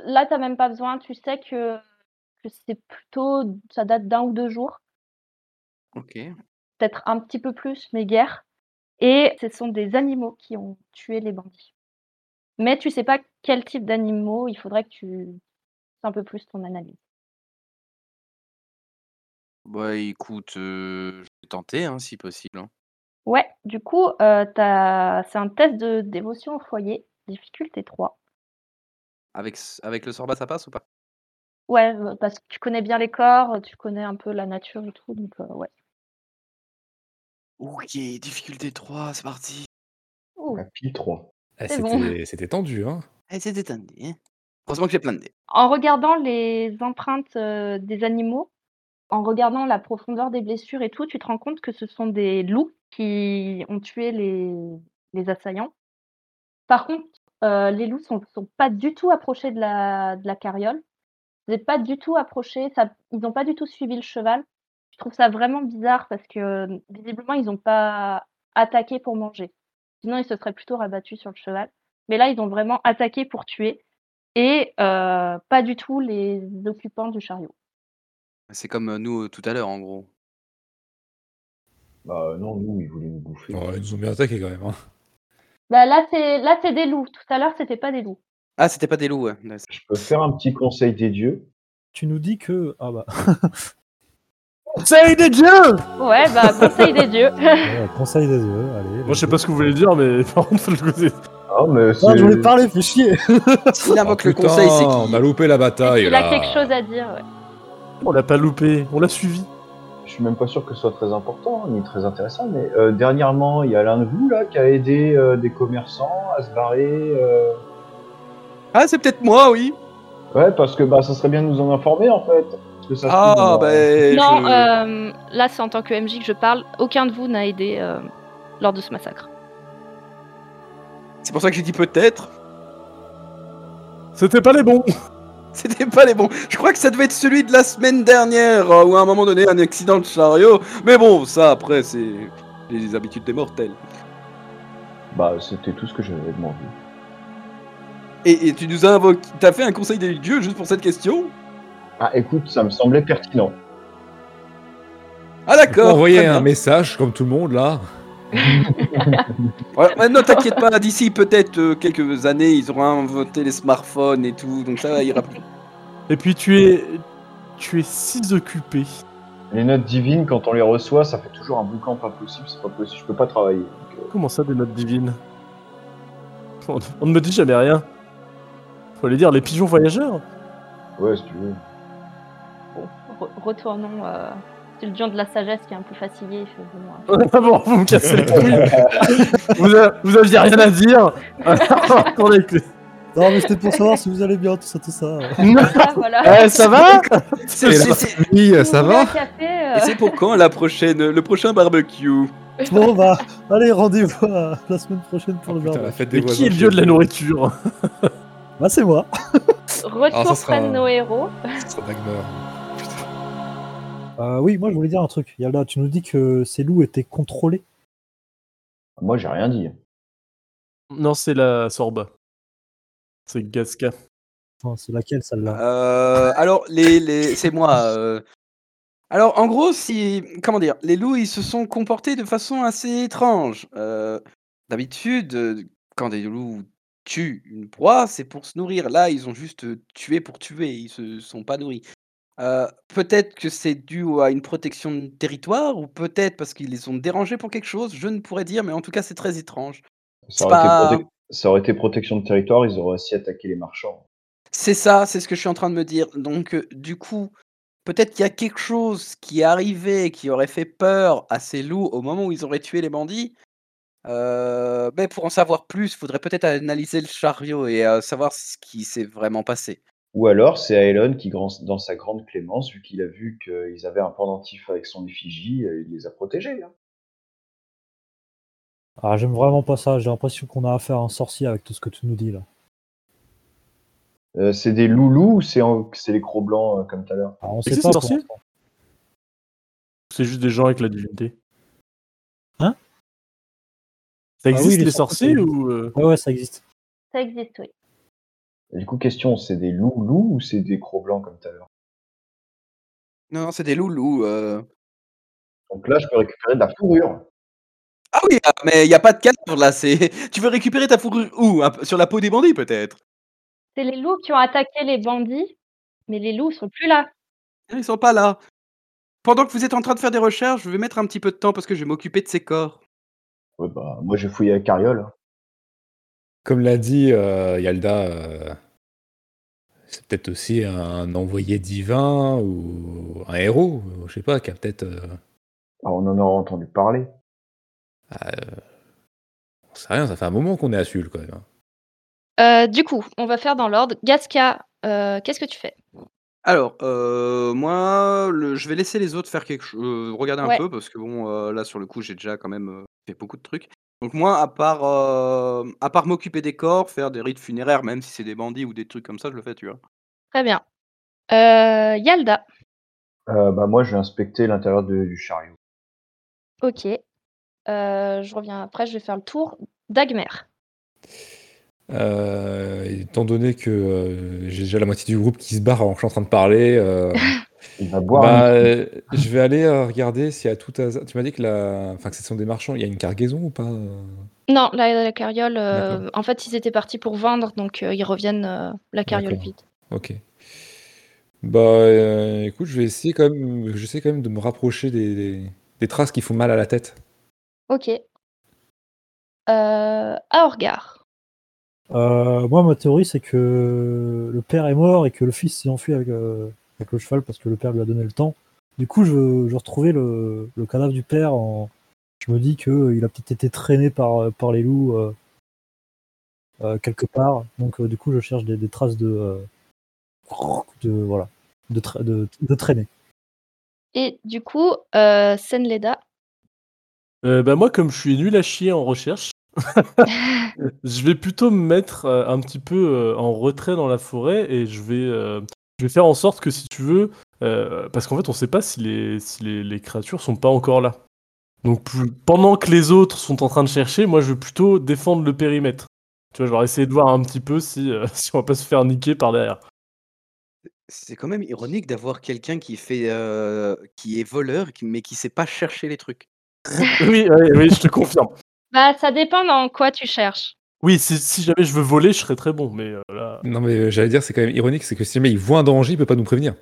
S3: Là, t'as même pas besoin. Tu sais que, que c'est plutôt. Ça date d'un ou deux jours.
S4: Ok.
S3: peut-être un petit peu plus, mais guère. Et ce sont des animaux qui ont tué les bandits. Mais tu sais pas quel type d'animaux, il faudrait que tu fasses un peu plus ton analyse.
S4: Bah écoute, euh, je vais tenter hein, si possible. hein.
S3: Ouais, du coup, euh, t'as- c'est un test de dévotion au foyer, difficulté 3.
S4: Avec, s- avec le Sorba, ça passe ou pas
S3: Ouais, euh, parce que tu connais bien les corps, tu connais un peu la nature et tout, donc euh, ouais.
S4: Ok, difficulté 3, c'est parti.
S3: Ouh.
S2: À pile 3.
S8: Eh,
S3: C'est
S8: C'était
S3: bon.
S8: c'était tendu, hein.
S4: Eh, c'est détendu. hein. Heureusement que j'ai plein de dés.
S3: En regardant les empreintes euh, des animaux, en regardant la profondeur des blessures et tout, tu te rends compte que ce sont des loups qui ont tué les, les assaillants. Par contre, euh, les loups ne sont, sont pas du tout approchés de la, de la carriole. Ils n'ont pas du tout approché, ça, ils n'ont pas du tout suivi le cheval. Je trouve ça vraiment bizarre parce que euh, visiblement, ils n'ont pas attaqué pour manger. Sinon, ils se seraient plutôt rabattus sur le cheval. Mais là, ils ont vraiment attaqué pour tuer et euh, pas du tout les occupants du chariot.
S4: C'est comme euh, nous euh, tout à l'heure, en gros.
S2: Bah euh, non, nous, ils voulaient nous bouffer.
S8: Ouais, ils nous ont bien attaqué quand même. hein.
S3: Bah, là, c'est là, c'est des loups. Tout à l'heure, c'était pas des loups.
S4: Ah, c'était pas des loups, ouais. Ouais,
S2: Je peux faire un petit conseil des dieux.
S7: Tu nous dis que. Ah <laughs> bah,
S6: Conseil des dieux
S3: Ouais,
S8: <laughs>
S3: bah, conseil des dieux.
S7: ouais, conseil des yeux, allez.
S6: Moi, je sais pas ce que vous voulez dire, mais <laughs> par contre, faut le côté.
S2: Ah, mais
S7: Ah, je voulais
S2: c'est-
S7: parler, fais chier
S4: S'il invoque
S8: <laughs> Oh,
S4: le
S8: putain,
S4: conseil, c'est
S8: On a
S4: qu'il...
S8: loupé la bataille.
S3: Il
S8: là.
S3: a quelque chose à dire. ouais.
S6: On l'a pas loupé, on l'a suivi.
S2: Je suis même pas sûr que ce soit très important ni très intéressant, mais euh, dernièrement, il y a l'un de vous là qui a aidé euh, des commerçants à se barrer. euh,
S4: Ah, c'est peut-être moi, oui.
S2: Ouais, parce que bah ça serait bien de nous en informer en fait. Parce que ça se
S4: Ah,
S2: trouve,
S4: bah...
S7: ben.
S2: euh,
S3: Non,
S4: je-
S3: euh, là, c'est en tant que MJ que je parle. Aucun de vous n'a aidé euh, lors de ce massacre.
S4: C'est pour ça que j'ai dit peut-être.
S6: C'était pas les bons
S4: <laughs> C'était pas les bons. Je crois que ça devait être celui de la semaine dernière, euh, où à un moment donné, un accident de chariot. Mais bon, ça, après, c'est les habitudes des mortels.
S2: Bah c'était tout ce que j'avais demandé.
S4: Et, et tu nous as invoqué... T'as fait un conseil des dieux juste pour cette question
S2: Ah écoute, ça me semblait pertinent.
S4: Ah,
S8: On peut
S4: d'accord.
S8: envoyer
S4: très bien.
S8: un message comme tout le monde là.
S4: Ouais, maintenant, t'inquiète pas, d'ici peut-être euh, quelques années, ils auront inventé les smartphones et tout, donc ça ira plus.
S6: Et puis, tu es. Tu es si occupé.
S2: Les notes divines, quand on les reçoit, ça fait toujours un boucan pas possible, c'est pas possible, je peux pas travailler. Donc, euh,
S6: Comment ça, des notes divines on, on ne me dit jamais rien. Faut aller dire les pigeons voyageurs <laughs>
S2: euh, ouais, si tu veux.
S3: Bon, re- retournons. euh, c'est le dieu de la sagesse qui est un peu fatigué. il fait, bon, euh,
S6: Ah Bon, vous me cassez le
S8: <laughs>
S6: truc vous, a- vous aviez rien à dire <laughs> Alors, retournez avec les-
S7: Non, mais c'était pour savoir si vous allez bien, tout ça, tout <laughs> ça.
S3: <laughs>
S8: <laughs>
S3: voilà, voilà.
S6: Eh, ça va
S4: C'est- c'est- c'est-
S8: Oui,
S6: euh,
S3: Vous
S8: ça
S3: voulez
S8: va
S3: un café, euh,
S4: Et c'est pour quand la prochaine, le prochain barbecue
S7: Bon, bah, allez, rendez-vous à la semaine prochaine pour
S8: Oh,
S7: le
S8: putain,
S7: verre.
S8: la fête des
S6: Mais qui
S8: voisins
S6: est le dieu
S8: chez
S6: de Ah, la
S8: nous.
S6: nourriture
S7: Bah, c'est moi
S8: Alors, Ah, ça
S3: Retour
S8: sera-
S3: près de nos héros.
S8: Ça sera Dagmar.
S7: Euh, oui, moi, je voulais dire un truc. Yalda, tu nous dis que ces loups étaient contrôlés.
S2: Moi j'ai rien dit.
S6: Non, c'est la Sorba. C'est Gasca.
S7: Enfin, c'est laquelle, celle-là
S4: Euh, Alors, les, les... c'est moi. euh. Alors, en gros, si. Comment dire Les loups, ils se sont comportés de façon assez étrange. Euh, D'habitude, euh, quand des loups tuent une proie, c'est pour se nourrir. Là, ils ont juste euh, tué pour tuer. Ils se sont pas nourris. Euh, peut-être que c'est dû à une protection de territoire, ou peut-être parce qu'ils les ont dérangés pour quelque chose, je ne pourrais dire, mais en tout cas, c'est très étrange.
S2: Ça
S4: C'est
S2: aurait,
S4: pas-
S2: été prote- ça aurait été protection de territoire, ils auraient aussi attaqué les marchands.
S4: C'est ça, c'est ce que je suis en train de me dire. Donc, euh, du coup, peut-être qu'il y a quelque chose qui est arrivé, qui aurait fait peur à ces loups au moment où ils auraient tué les bandits. Euh, mais pour en savoir plus, faudrait peut-être analyser le chariot et euh, savoir ce qui s'est vraiment passé.
S2: Ou alors c'est Aelon qui, grand- dans sa grande clémence, vu qu'il a vu qu'ils avaient un pendentif avec son effigie, euh, il les a protégés. hein.
S7: Ah, j'aime vraiment pas ça. J'ai l'impression qu'on a affaire à un sorcier avec tout ce que tu nous dis, là.
S2: Euh, c'est des loulous ou c'est en- c'est les crocs blancs euh, comme tout à l'heure
S7: Ah, on
S6: c'est
S7: sait pas. pour
S6: sorcier
S7: l'instant.
S6: C'est juste des gens avec la divinité.
S7: Hein
S6: Ça
S7: Ah oui,
S6: existe
S7: les
S6: les
S7: sorciers.
S6: sorciers ou. euh,
S7: Ouais, ouais, ça existe.
S3: Ça existe, oui.
S2: Et Du coup, question, c'est des loulous ou c'est des crocs blancs comme tout à l'heure
S4: Non, non, c'est des loups, loups. euh.
S2: Donc là, je peux récupérer de la fourrure.
S4: Ah oui, ah, mais il n'y a pas de cadre là. C'est... <laughs> Tu veux récupérer ta fourrure où Un peu- Sur la peau des bandits, peut-être
S3: C'est les loups qui ont attaqué les bandits, mais les loups sont plus là.
S4: Ils sont pas là. Pendant que vous êtes en train de faire des recherches, je vais mettre un petit peu de temps parce que je vais m'occuper de ces corps.
S2: Ouais, bah, moi, j'ai fouillé hein. la carriole.
S8: Comme l'a dit euh, Yalda, euh, c'est peut-être aussi un envoyé divin ou un héros, ou je sais pas, qui a peut-être. euh,
S2: Ah, on en aura entendu parler.
S8: ah, euh, on sait rien, ça fait un moment qu'on est à Sul quand même. hein.
S3: Euh, du coup, on va faire dans l'ordre. Gasca, euh, qu'est-ce que tu fais
S4: Alors, euh, moi, le- je vais laisser les autres faire quelque chose, regarder un
S3: Ouais.
S4: peu, parce que bon, euh, là, sur le coup, j'ai déjà quand même euh, fait beaucoup de trucs. Donc moi, à part, euh, à part m'occuper des corps, faire des rites funéraires, même si c'est des bandits ou des trucs comme ça, je le fais, tu vois.
S3: Très bien. Euh, Yalda,
S2: Euh, bah, moi, j'ai inspecté l'intérieur de- du chariot.
S3: ok. Euh, je reviens après, je vais faire le tour. Dagmer,
S8: Euh, étant donné que euh, j'ai déjà la moitié du groupe qui se barre alors que je suis en train de parler, euh,
S2: Il va boire.
S8: bah,
S2: une-
S8: euh, je vais aller euh, regarder si à tout hasard. Tu m'as dit que la, enfin que ce sont des marchands. Il y a une cargaison ou pas euh
S3: Non, la, la carriole, euh,
S8: D'accord.
S3: en fait, ils étaient partis pour vendre, donc euh, ils reviennent euh, la carriole
S8: D'accord.
S3: vide.
S8: Ok. Bah, euh, écoute, je vais essayer quand même. J'essaie quand même de me rapprocher des, des- des traces qui font mal à la tête.
S3: Ok. Euh, Aorgar.
S7: Euh, moi, ma théorie, c'est que le père est mort et que le fils s'est enfui avec, euh, avec le cheval parce que le père lui a donné le temps. Du coup, je, je retrouvais le, le cadavre du père. En... Je me dis que euh, il a peut-être été traîné par, euh, par les loups euh, euh, quelque part. Donc, euh, du coup, je cherche des, des traces de, euh, de voilà, de, tra- de, de traînée.
S3: Et du coup, euh, Senleda.
S6: Euh, bah moi, comme je suis nul à chier en recherche, je vais plutôt me mettre euh, un petit peu euh, en retrait dans la forêt et je vais, euh, je vais faire en sorte que si tu veux, euh, parce qu'en fait, on sait pas si les, si les, les créatures sont pas encore là. Donc plus- pendant que les autres sont en train de chercher, moi, je vais plutôt défendre le périmètre. Tu vois, genre essayer de voir un petit peu si, euh, <laughs> si on va pas se faire niquer par derrière.
S4: C'est quand même ironique d'avoir quelqu'un qui fait, euh, qui est voleur, qui- mais qui sait pas chercher les trucs.
S6: Oui, oui, oui, je te confirme.
S3: Bah, ça dépend dans quoi tu cherches.
S6: Oui, si, si jamais je veux voler, je serais très bon, mais euh, là...
S8: Non, mais euh, j'allais dire, c'est quand même ironique, c'est que si jamais il voit un danger, il peut pas nous prévenir.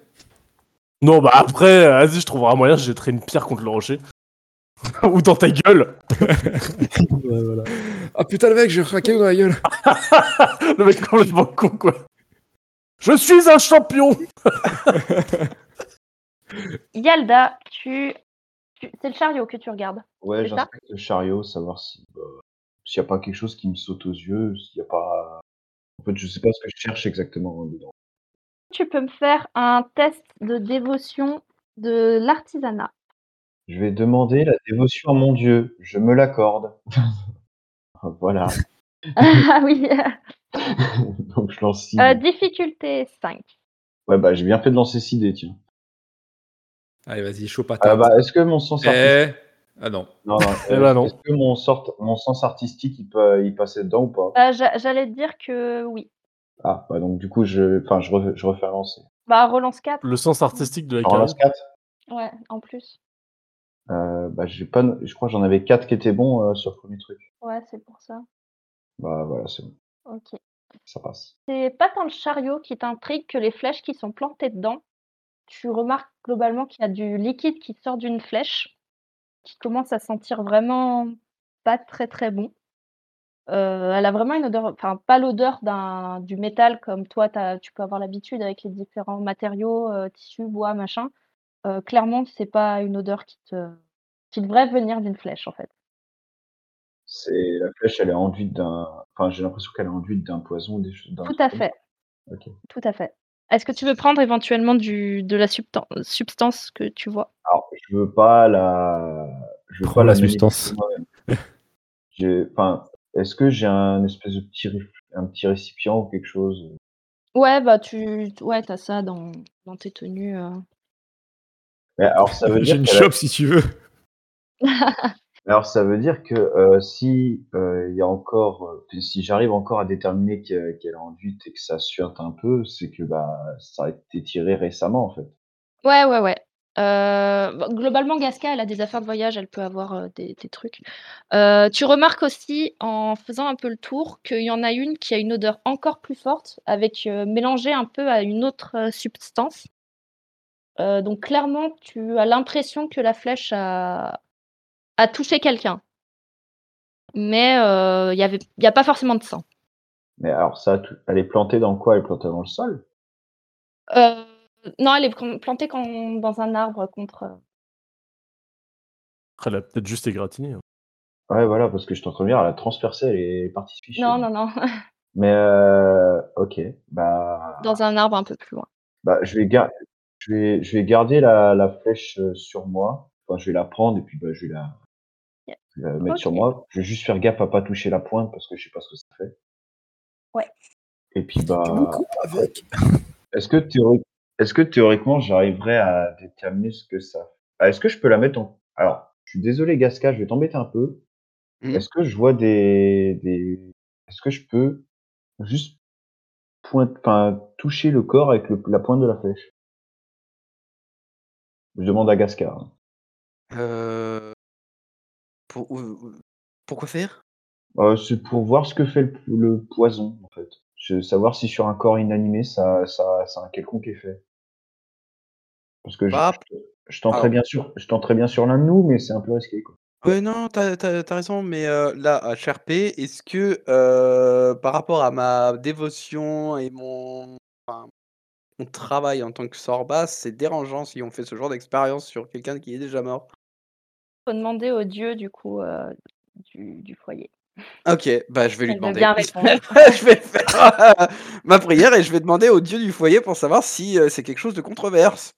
S6: Non, bah après, euh, vas-y, je trouverai un moyen, je jetterai une pierre contre le rocher. <laughs> Ou dans ta gueule <laughs>
S7: Ouais, voilà.
S8: Ah putain, le mec, j'ai craqué dans la gueule.
S6: Le mec complètement con, quoi. Je suis un champion
S3: Yalda, tu... tu- C'est le chariot que tu regardes.
S2: Ouais,
S3: c'est ça
S2: j'inspecte le chariot, savoir si euh, s'il n'y a pas quelque chose qui me saute aux yeux, s'il n'y a pas. En fait, je sais pas ce que je cherche exactement dedans.
S3: Tu peux me faire un test de dévotion de l'artisanat. <laughs>
S2: Je vais demander la dévotion à mon Dieu. Je me l'accorde. <laughs> voilà. <laughs>
S3: ah oui.
S2: Donc je lance six.
S3: Euh, difficulté 5.
S2: Ouais, bah j'ai bien fait de lancer 6 dés, tiens.
S8: Allez, vas-y, chaud
S2: Euh,
S8: patate.
S2: bah, est-ce que mon sens artistique.
S8: Ah, Eh. Ah non.
S2: Non, non,
S6: Eh
S2: euh,
S6: bah, non.
S2: Est-ce que mon, sort... mon sens artistique il, peut... il passait dedans ou pas
S3: Euh, j'a- J'allais te dire que oui.
S2: Ah, bah donc du coup, je, enfin, je, re- je refais un lancer.
S3: Bah, relance 4.
S6: Le sens artistique de la
S2: En
S6: carrière.
S2: lance 4
S3: Ouais, en plus.
S2: euh, bah, j'ai pas... Je crois que j'en avais 4 qui étaient bons euh, sur le premier truc.
S3: Ouais, c'est pour ça.
S2: Bah voilà, c'est bon,
S3: Ok.
S2: ça passe.
S3: C'est pas tant le chariot qui t'intrigue que les flèches qui sont plantées dedans. Tu remarques globalement qu'il y a du liquide qui sort d'une flèche, qui commence à sentir vraiment pas très très bon. Euh, elle a vraiment une odeur, enfin pas l'odeur d'un du métal comme toi t'as- tu peux avoir l'habitude avec les différents matériaux, euh, tissus, bois, machin. Euh, clairement, c'est pas une odeur qui te qui devrait venir d'une flèche en fait.
S2: C'est la flèche, elle est enduite d'un. Enfin, j'ai l'impression qu'elle est enduite d'un poison, ou des choses. d'un
S3: Tout
S2: truc
S3: à
S2: comme
S3: fait.
S2: Ok.
S3: Tout à fait. Est-ce que tu veux prendre éventuellement du, de la substan- substance que tu vois
S2: ça. Alors, je veux pas la. Je veux
S8: Prends
S2: pas la
S8: la
S2: manipuler
S8: substance.
S2: moi-même. <laughs> J'ai- Enfin, est-ce que j'ai un espèce de petit, ré- un petit récipient ou quelque chose
S3: Ouais, bah tu ouais, t'as ça dans, dans tes tenues. euh. <laughs>
S2: Mais Alors, ça veut
S8: J'ai
S2: dire.
S8: une
S2: qu'elle a-
S8: chope si tu veux.
S2: Alors, ça veut dire que euh, si euh, il y a encore, euh, que si j'arrive encore à déterminer que- qu'elle est enduite et que ça suinte un peu, c'est que bah ça a été tiré récemment en fait.
S3: Ouais, ouais, ouais. Euh, bah, globalement, Gasca, elle a des affaires de voyage, elle peut avoir euh, des, des trucs. Euh, tu remarques aussi, en faisant un peu le tour, qu'il y en a une qui a une odeur encore plus forte, avec euh, mélangée un peu à une autre euh, substance. Euh, donc clairement, tu as l'impression que la flèche a, a touché quelqu'un. mais euh, il n'y avait... il y a pas forcément de sang.
S2: Mais alors, ça, tout- elle est plantée dans quoi Elle est plantée dans le sol
S3: Euh, non, elle est con- plantée quand- dans un arbre contre.
S6: Elle a peut-être juste égratigné. hein.
S2: Ouais, voilà, parce que je t'entends bien, elle a transpercé, elle est partie se ficher.
S3: Non, non, non, <laughs>
S2: Mais euh, ok, bah,
S3: dans un arbre un peu plus loin.
S2: bah je, vais gar- je, vais, je vais garder la, la flèche euh, sur moi. Enfin, je vais la prendre et puis bah, je vais la,
S3: Yeah.
S2: je vais la mettre sur
S3: Ok.
S2: moi. Je vais juste faire gaffe à pas toucher la pointe parce que je sais pas ce que ça fait.
S3: Ouais.
S2: Et puis bah,
S5: avec.
S2: est-ce que, théori- est-ce que théoriquement j'arriverai à déterminer ce que ça Ah, Est-ce que je peux la mettre en. Alors, je suis désolé, Gasca, je vais t'embêter un peu.
S4: Mhm.
S2: Est-ce que je vois des. des... Est-ce que je peux juste pointe... enfin, toucher le corps avec le- la pointe de la flèche Je demande à Gasca. hein.
S4: Euh, Pour... euh, Pourquoi faire
S2: Euh, c'est pour voir ce que fait le, le poison, en fait. Je- savoir si sur un corps inanimé, ça, ça, ça a un quelconque effet. Parce que je,
S4: Bah,
S2: je, je tenterai
S4: alors-
S2: bien sûr, je tenterai bien sûr l'un de nous, mais c'est un peu risqué. Quoi.
S4: Ouais, non, t'as, t'as- t'as raison, mais euh, là, à Charpé, est-ce que euh, par rapport à ma dévotion et mon, enfin, mon travail en tant que Sorba, c'est dérangeant si on fait ce genre d'expérience sur quelqu'un qui est déjà mort?
S3: faut demander au dieu du coup euh, du, du foyer.
S4: Ok, bah je vais lui
S3: Elle veut
S4: demander. <laughs>
S3: bien répondre.
S4: je vais faire <laughs> euh, ma prière et je vais demander au dieu du foyer pour savoir si euh, c'est quelque chose de controverse.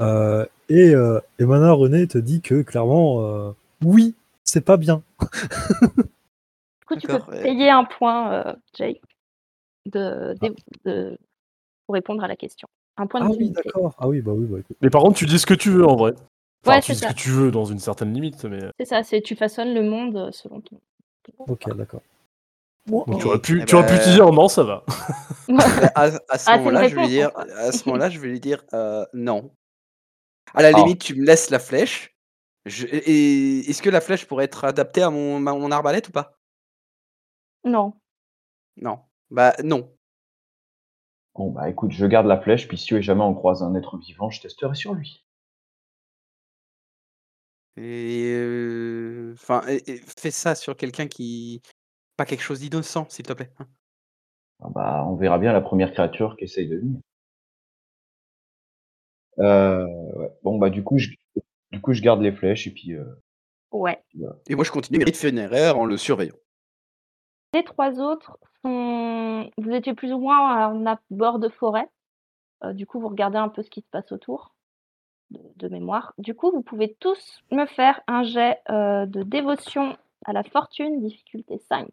S7: Euh, et euh, Emana René te dit que clairement, euh, oui, c'est pas bien.
S3: Du coup, tu peux
S4: D'accord, ouais.
S3: payer un point, euh, Jake, de, de- de- pour répondre à la question. Un point de
S7: Ah oui,
S3: dignité.
S7: d'accord. Ah oui, bah oui, bah écoute.
S6: Mais par contre, tu dis ce que tu veux en vrai. Enfin,
S3: Ouais,
S6: tu
S3: c'est
S6: dis ce
S3: ça.
S6: que tu veux dans une certaine limite, mais. euh,
S3: C'est ça, c'est tu façonnes le monde euh, selon ton.
S7: Ok,
S3: <laughs>
S7: d'accord. euh,
S6: Donc, tu
S4: Oui,
S6: aurais pu,
S4: eh
S6: tu aurais pu
S4: ben-
S6: te dire non, ça va.
S4: <laughs> Bah, à, à ce
S3: Ah, c'est une
S4: moment-là, je vais lui
S3: réponse,
S4: dire,
S3: enfin.
S4: à ce moment-là, je vais lui <laughs> dire euh, non. À la
S2: Alors.
S4: limite, tu me laisses la flèche. Je- et- Est-ce que la flèche pourrait être adaptée à mon, ma- mon arbalète ou pas
S3: Non.
S4: Non. Bah non.
S2: Bon, bah écoute, je garde la flèche, puis si jamais on croise un être vivant, je testerai sur lui.
S4: Et euh, enfin, et- et fais ça sur quelqu'un qui pas quelque chose d'innocent, s'il te plaît. hein.
S2: Ah bah, on verra bien la première créature qui essaye de venir. Euh, ouais. Bon, bah du coup, je, du coup, je garde les flèches et puis. euh,
S3: Ouais.
S4: Et moi, je continue mes rites funéraires en le surveillant.
S3: Les trois autres sont. Vous étiez plus ou moins en a- bord de forêt. Euh, du coup, vous regardez un peu ce qui se passe autour de, de mémoire. Du coup, vous pouvez tous me faire un jet euh, de dévotion à la fortune, difficulté 5.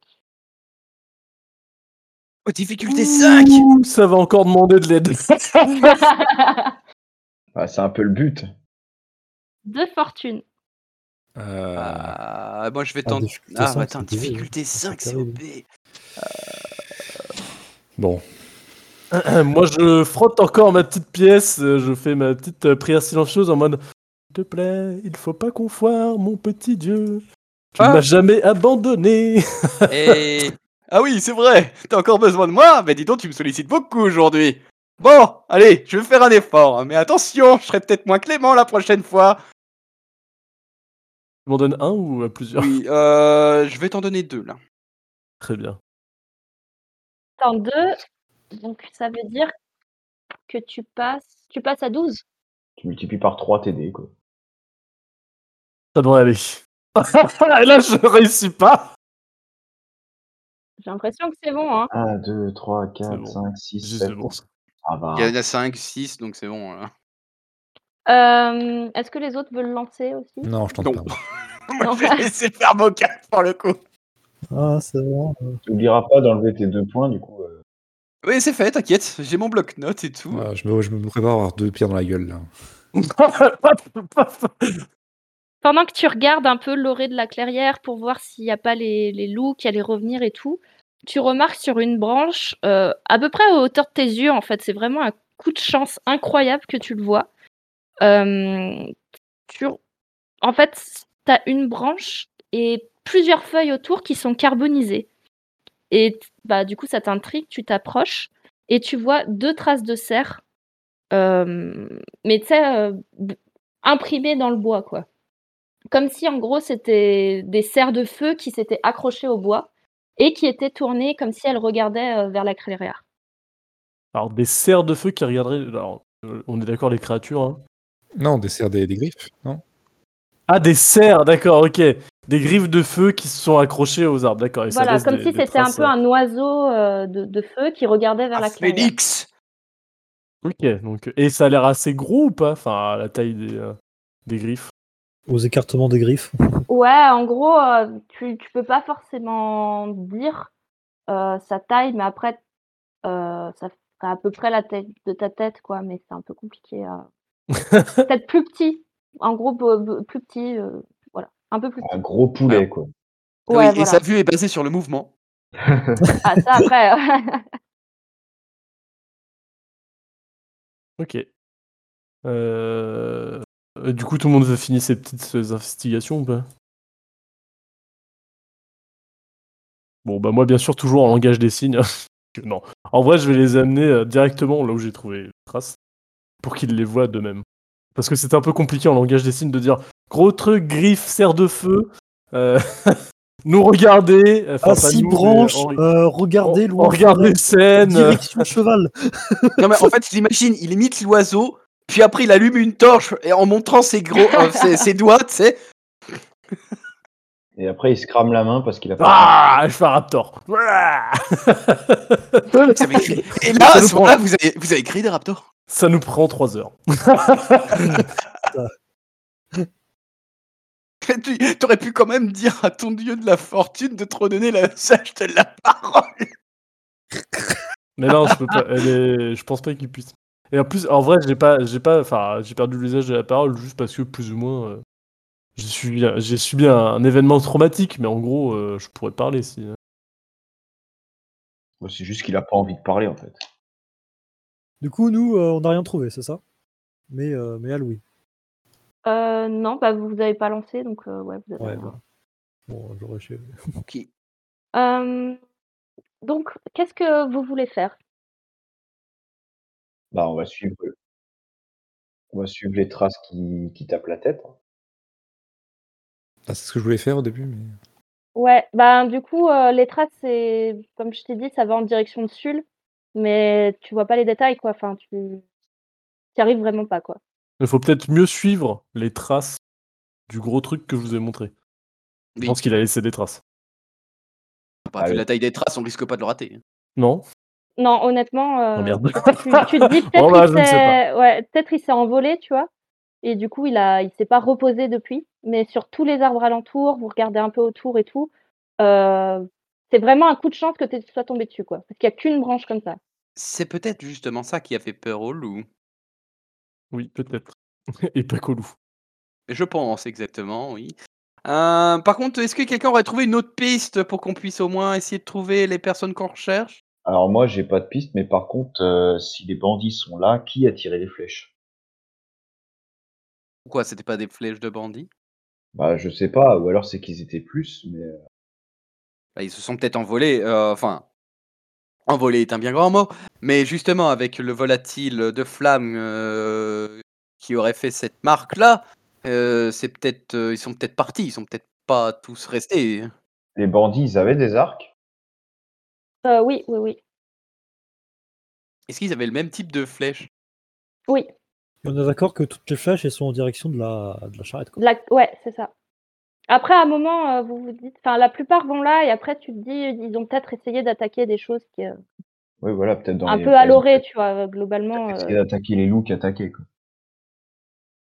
S4: Oh, difficulté 5
S6: Ouh, ça va encore demander de l'aide.
S2: bah, c'est un peu le but.
S3: de fortune.
S8: Euh,
S4: Ah, moi, je vais
S7: Ah,
S4: tenter.
S7: difficulté
S4: Ah,
S7: 5,
S4: attends,
S7: c'est terrible.
S4: difficulté
S7: C'est
S4: 5, c'est
S7: terrible.
S4: OP.
S8: Bon,
S6: <clears throat> Moi, je frotte encore ma petite pièce, euh, je fais ma petite euh, prière silencieuse en mode S'il te plaît, il faut pas qu'on foire, mon petit Dieu. Tu ne
S4: Ah.
S6: m'as jamais abandonné. <laughs>
S4: Et... <laughs> Ah oui, c'est vrai T'as encore besoin de moi Mais dis donc, tu me sollicites beaucoup aujourd'hui Bon, allez, je vais faire un effort, hein, mais attention, je serai peut-être moins clément la prochaine fois
S6: Tu m'en donnes un ou euh, plusieurs
S4: Oui, euh, je vais t'en donner deux, là.
S6: <laughs> Très bien.
S3: En deux, donc ça veut dire que tu passes, tu passes à 12.
S2: Tu multiplies par 3 TD, quoi.
S6: Ça devrait aller. <laughs> Et là, je réussis pas.
S3: J'ai l'impression que c'est bon. Hein.
S2: 1, 2, 3, 4,
S6: bon.
S2: 5, 6,
S6: Juste
S2: 7.
S6: de bon.
S2: Ah bah.
S4: Il y en a 5, 6, donc c'est bon. hein. là.
S3: Euh, Est-ce que les autres veulent lancer aussi
S6: Mmh,
S8: non, je tente
S4: Non.
S8: pas. moi.
S4: Moi, <laughs> je vais laisser faire mon cas, pour le coup.
S7: Ah, c'est bon.
S2: T'oublieras pas d'enlever tes deux points, du coup. euh,
S4: Oui, c'est fait, t'inquiète, j'ai mon bloc-notes et tout.
S8: Ouais, je, me, je me prépare à avoir deux pierres dans la gueule. Là.
S3: Pendant que tu regardes un peu l'orée de la clairière pour voir s'il n'y a pas les, les loups qui allaient revenir et tout, tu remarques sur une branche, euh, à peu près à hauteur de tes yeux, en fait, c'est vraiment un coup de chance incroyable que tu le vois. Euh, tu- En fait, tu as une branche et plusieurs feuilles autour qui sont carbonisées. Et bah, du coup, ça t'intrigue, tu t'approches et tu vois deux traces de cerf, euh, mais tu sais, euh, b- imprimées dans le bois, quoi. comme si en gros c'était des serres de feu qui s'étaient accrochées au bois et qui étaient tournées comme si elles regardaient euh, vers la clairière.
S6: <laughs> Alors, des serres de feu qui regarderaient. Alors, euh, on est d'accord, les créatures. hein.
S8: Non, des serres des, des griffes, non
S6: Ah, des serres, d'accord, ok. Des griffes de feu qui se sont accrochées aux arbres, d'accord. et ça
S3: Voilà,
S6: laisse
S3: comme
S6: des-
S3: si
S6: des
S3: c'était un
S6: traces,
S3: peu un oiseau euh, de, de feu qui regardait vers
S4: Ah,
S3: la clairière.
S4: Félix
S6: Ok, donc. Et ça a l'air assez gros ou pas Enfin, à la taille des, euh, des griffes.
S7: aux écartements des griffes.
S3: Ouais, en gros, euh, tu, tu peux pas forcément dire euh, sa taille, mais après, euh, ça fait à peu près la taille de ta tête, quoi, mais c'est un peu compliqué. à-
S6: <laughs>
S3: Peut-être plus petit, en gros, be- be- plus petit, euh, voilà, un peu plus petit.
S2: Un gros poulet, quoi.
S4: Ah oui,
S3: Ouais,
S4: Et
S3: voilà.
S4: sa vue est basée sur le mouvement.
S3: Ah, ça, après, euh,
S6: Ok. Euh, euh, Du coup, tout le monde a fini ses petites euh, investigations ou pas Bon, bah moi, bien sûr, toujours en langage des signes. hein, <laughs> Que non. En vrai, je vais les amener euh, directement là où j'ai trouvé les traces pour qu'ils les voient d'eux-mêmes. Parce que c'est un peu compliqué en langage des signes de dire gros truc, griffe, serre de feu, euh, <laughs> nous regarder. euh, enfin,
S7: À
S6: pas
S7: Ah, six
S6: nous, mais
S7: branches,
S6: en-
S7: euh,
S6: en-
S7: regardez
S6: en
S7: loin.
S6: regarder
S7: forêt,
S6: scène.
S7: <laughs>
S6: euh,
S7: Direction cheval.
S4: Non, mais en fait, il imagine, il imite l'oiseau, puis après, il allume une torche et en montrant
S3: <laughs>
S4: ses, gros, euh, ses, ses doigts, tu sais.
S2: Et après, il se crame la main parce qu'il a pas.
S6: Ah, je fais un raptor. Ah
S4: Ça va écrire. <laughs> Et là, à ce moment-là, vous avez, vous avez créé des raptors. <laughs>
S6: Ça nous prend 3 heures.
S4: Tu aurais pu quand même dire à ton dieu de la fortune de te redonner la <laughs> sage de la parole.
S6: Mais non, je peux pas. elle est- Je pense pas qu'il puisse. Et en plus, en vrai, j'ai pas, j'ai pas, enfin, j'ai perdu l'usage de la parole juste parce que plus ou moins, euh, j'ai subi, j'ai subi un, un événement traumatique. Mais en gros, euh, je pourrais parler si.
S2: C'est juste qu'il a pas envie de parler, en fait.
S7: Du coup, nous, euh, on n'a rien trouvé, c'est ça mais, euh, mais à Louis.
S3: euh, non, bah, vous avez pas lancé, donc euh, ouais, vous avez
S7: Ouais,
S3: raison.
S7: voilà. Bon, j'aurais chez-
S3: Euh, donc, qu'est-ce que vous voulez faire
S2: Bah, on va suivre. On va suivre les traces qui, qui tapent la tête. hein.
S8: Ah, C'est ce que je voulais faire au début, mais.
S3: Ouais, ben du coup, euh, les traces, c'est comme je t'ai dit, ça va en direction de Sul, mais tu vois pas les détails, quoi. Enfin, tu n'y arrives vraiment pas, quoi.
S6: Il faut peut-être mieux suivre les traces du gros truc que je vous ai montré. Je
S4: Oui.
S6: pense qu'il a laissé des traces.
S4: Bah, vu la taille des traces, on risque pas de le rater. hein.
S6: Non
S3: Non, honnêtement,
S6: Oh
S3: euh,
S6: merde.
S3: tu, tu te dis
S6: Bon,
S3: peut-être
S6: bah,
S3: il
S6: je ne sais pas.
S3: s'est- ouais, peut-être il s'est envolé, tu vois, et du coup, il a, il s'est pas reposé depuis. Mais sur tous les arbres alentours, vous regardez un peu autour et tout, euh, c'est vraiment un coup de chance que tu sois tombé dessus, quoi. Parce qu'il n'y a qu'une branche comme ça.
S4: C'est peut-être justement ça qui a fait peur au loup.
S6: Oui, peut-être. <laughs> Et pas qu'au loup.
S4: Je pense, exactement, oui. Euh, par contre, est-ce que quelqu'un aurait trouvé une autre piste pour qu'on puisse au moins essayer de trouver les personnes qu'on recherche
S2: Alors, moi, j'ai pas de piste, mais par contre, euh, si les bandits sont là, qui a tiré les flèches
S4: Pourquoi c'était pas des flèches de bandits
S2: Bah, je sais pas, ou alors c'est qu'ils étaient plus, mais. euh,
S4: Bah, Ils se sont peut-être envolés, euh, enfin. Envolés est un bien grand mot, mais justement avec le volatile de flamme euh, qui aurait fait cette marque-là, euh, c'est peut-être euh, ils sont peut-être partis, ils sont peut-être pas tous restés.
S2: Les bandits, ils avaient des arcs
S3: Euh, oui, oui, oui,
S4: Est-ce qu'ils avaient le même type de flèche
S3: oui.
S7: Et On est d'accord que toutes les flèches elles sont en direction de la, de la charrette. Quoi.
S3: La- Ouais, c'est ça. Après, à un moment, euh, vous vous dites, enfin, la plupart vont là, et après, tu te dis, ils ont peut-être essayé d'attaquer des choses qui, euh,
S2: Oui, voilà, peut-être dans
S3: un
S2: les-
S3: peu à l'orée, tu vois, euh, globalement. euh,
S2: Essayer d'attaquer les loups qui attaquaient, quoi.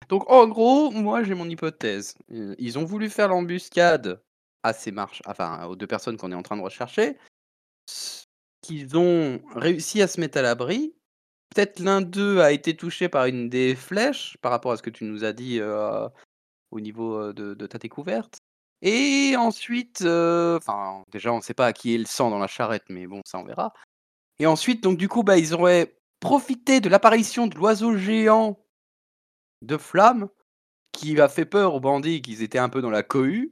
S4: Donc en gros, moi j'ai mon hypothèse. Euh, Ils ont voulu faire l'embuscade à ces marches, enfin aux deux personnes qu'on est en train de rechercher, s- qu'ils ont réussi à se mettre à l'abri. Peut-être l'un d'eux a été touché par une des flèches par rapport à ce que tu nous as dit euh, au niveau euh, de, de ta découverte. Et ensuite, euh, enfin déjà on ne sait pas à qui est le sang dans la charrette, mais bon ça on verra. Et ensuite donc du coup bah ils auraient profité de l'apparition de l'oiseau géant de flamme qui a fait peur aux bandits qu'ils étaient un peu dans la cohue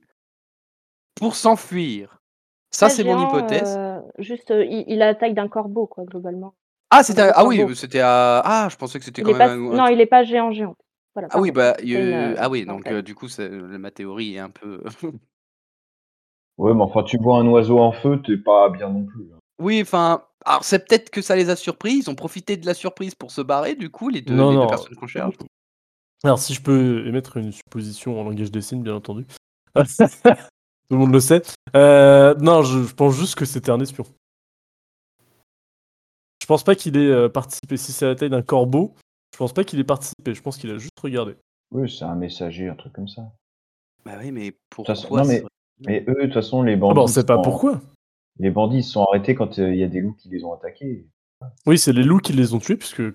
S4: pour s'enfuir. Ça,
S3: très
S4: c'est mon
S3: géant,
S4: hypothèse.
S3: euh, juste, euh, il, il a la taille d'un corbeau, quoi, globalement.
S4: Ah, c'était
S3: le
S4: ah oui,
S3: corbeau.
S4: c'était à... ah, je pensais que c'était
S3: Il
S4: quand
S3: est
S4: même
S3: pas...
S4: un- un
S3: Non, il n'est pas géant, géant. Voilà,
S4: Ah oui,
S3: parfait.
S4: bah, il y a
S3: C'est
S4: eu-
S3: une-
S4: ah oui,
S3: non,
S4: donc
S3: ça-
S4: euh, du coup, c'est- euh, ma théorie est un peu. <laughs>
S2: Ouais, mais enfin, tu vois un oiseau en feu, t'es pas bien non plus. hein.
S4: oui, enfin, alors c'est peut-être que ça les a surpris. Ils ont profité de la surprise pour se barrer. Du coup, les deux,
S6: Non,
S4: les deux
S6: non.
S4: personnes qu'on cherche.
S6: Alors, si je peux émettre une supposition en langage des signes, bien entendu. <laughs> Tout le monde le sait. Euh, non, je, je pense juste que c'était un espion. Je pense pas qu'il ait euh, participé. Si c'est la taille d'un corbeau, je pense pas qu'il ait participé. Je pense qu'il a juste regardé.
S2: Oui, c'est un messager, un truc comme ça.
S4: Bah oui,
S2: De
S4: mais
S2: toute
S4: pourquoi
S2: façon- non, mais,
S4: ça-
S2: mais eux, de toute façon, les bandits.
S6: Ah bon, on sait pas
S2: sont-
S6: pourquoi.
S2: Les bandits ils se sont arrêtés quand euh, il y a des loups qui les ont attaqués.
S6: Oui, c'est les loups qui les ont tués, puisque je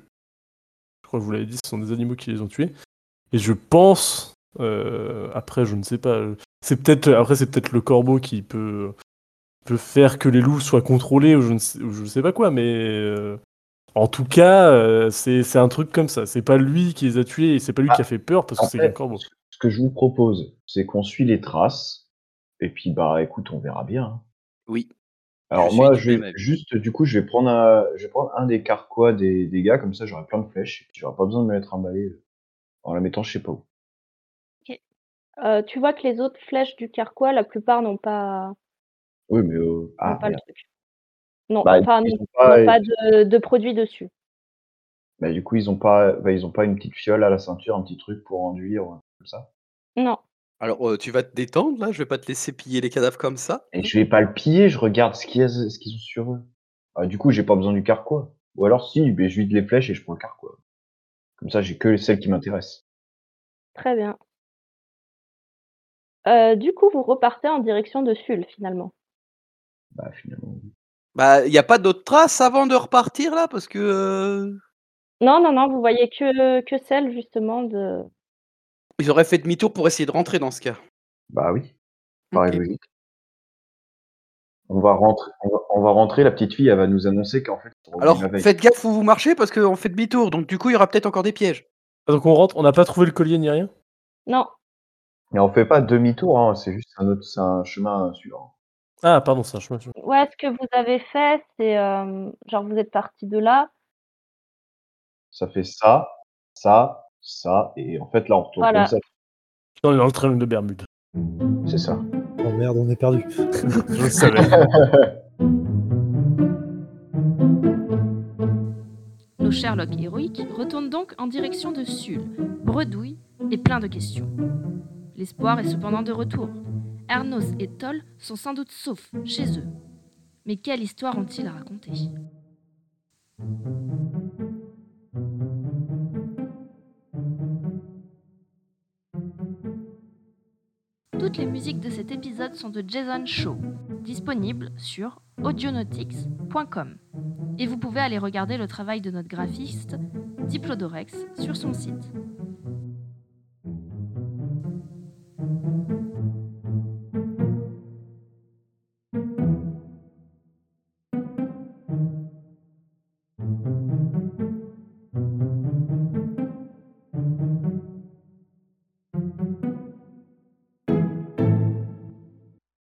S6: crois que vous l'avez dit, ce sont des animaux qui les ont tués. Et je pense, euh, après, je ne sais pas, euh, c'est peut-être après c'est peut-être le corbeau qui peut peut faire que les loups soient contrôlés ou je ne sais, ou je ne sais pas quoi, mais euh, en tout cas, euh, c'est c'est un truc comme ça. C'est pas lui qui les a tués, et c'est pas lui
S2: Ah,
S6: qui a fait peur parce que c'est
S2: après,
S6: un corbeau.
S2: ce- Ce que je vous propose, c'est qu'on suit les traces. Et puis, bah, écoute, on verra bien. hein.
S4: Oui.
S2: Alors
S4: suis
S2: moi,
S4: du
S2: je
S4: même
S2: vais
S4: avis.
S2: juste, du coup, je vais prendre un, je vais prendre un des carquois des, des gars, comme ça j'aurai plein de flèches, et puis j'aurai pas besoin de me mettre un balai euh, en la mettant je sais pas où.
S3: Euh, tu vois que les autres flèches du carquois, la plupart n'ont pas,
S2: Oui, mais... euh,
S3: n'ont
S2: ah,
S3: pas le
S2: merde.
S3: truc. Non,
S2: Bah,
S3: enfin,
S2: ils
S3: n'ont
S2: ont pas,
S3: pas de, de produit dessus.
S2: bah, du coup, ils ont pas, bah, ils ont pas une petite fiole à la ceinture, un petit truc pour enduire, ou un truc comme ça.
S3: Non.
S4: Alors, euh, tu vas te détendre là. Je vais pas te laisser piller les cadavres comme ça.
S2: Et je vais pas le piller, je regarde ce qu'il y a, ce qu'ils ont sur eux. Ah, du coup, j'ai pas besoin du carquois. Ou alors si, mais je vide les flèches et je prends le carquois. Comme ça, j'ai que celles qui m'intéressent.
S3: Très bien. Euh, du coup, vous repartez en direction de Sul, finalement.
S2: Bah finalement.
S4: Bah, il y a pas d'autres traces avant de repartir là, parce que. euh,
S3: Non, non, non, vous voyez que, que celle, justement, de...
S4: Ils auraient fait demi-tour pour essayer de rentrer dans ce cas.
S2: Bah oui. Pareil
S4: Ok.
S2: logique. On va rentrer, on va, on va rentrer. La petite fille, elle va nous annoncer qu'en fait. ils sont revenus
S4: Alors,
S2: la veille.
S4: faites gaffe où vous marchez parce qu'on fait demi-tour, donc du coup, il y aura peut-être encore des pièges.
S6: Ah, Donc on rentre, on n'a pas trouvé le collier ni rien.
S3: Non,
S2: Et on fait pas demi-tour, hein, c'est juste un autre, c'est un chemin euh, suivant.
S6: Ah pardon, c'est un chemin. chemin.
S3: Ouais, ce que vous avez fait, c'est euh, genre vous êtes parti de là.
S2: Ça fait ça, ça, ça, et en fait là, on retourne
S3: Voilà.
S2: comme
S6: On est dans le train de Bermude.
S2: ça. C'est ça.
S7: Oh merde, on est perdu.
S6: Je le savais.
S1: Nos Sherlock héroïques retournent donc en direction de Sul, bredouille et plein de questions. L'espoir est cependant de retour. Arnos et Toll sont sans doute saufs chez eux. Mais quelle histoire ont-ils à raconter Toutes les musiques de cet épisode sont de Jason Shaw, disponibles sur audionautics.com et vous pouvez aller regarder le travail de notre graphiste Diplodorex sur son site.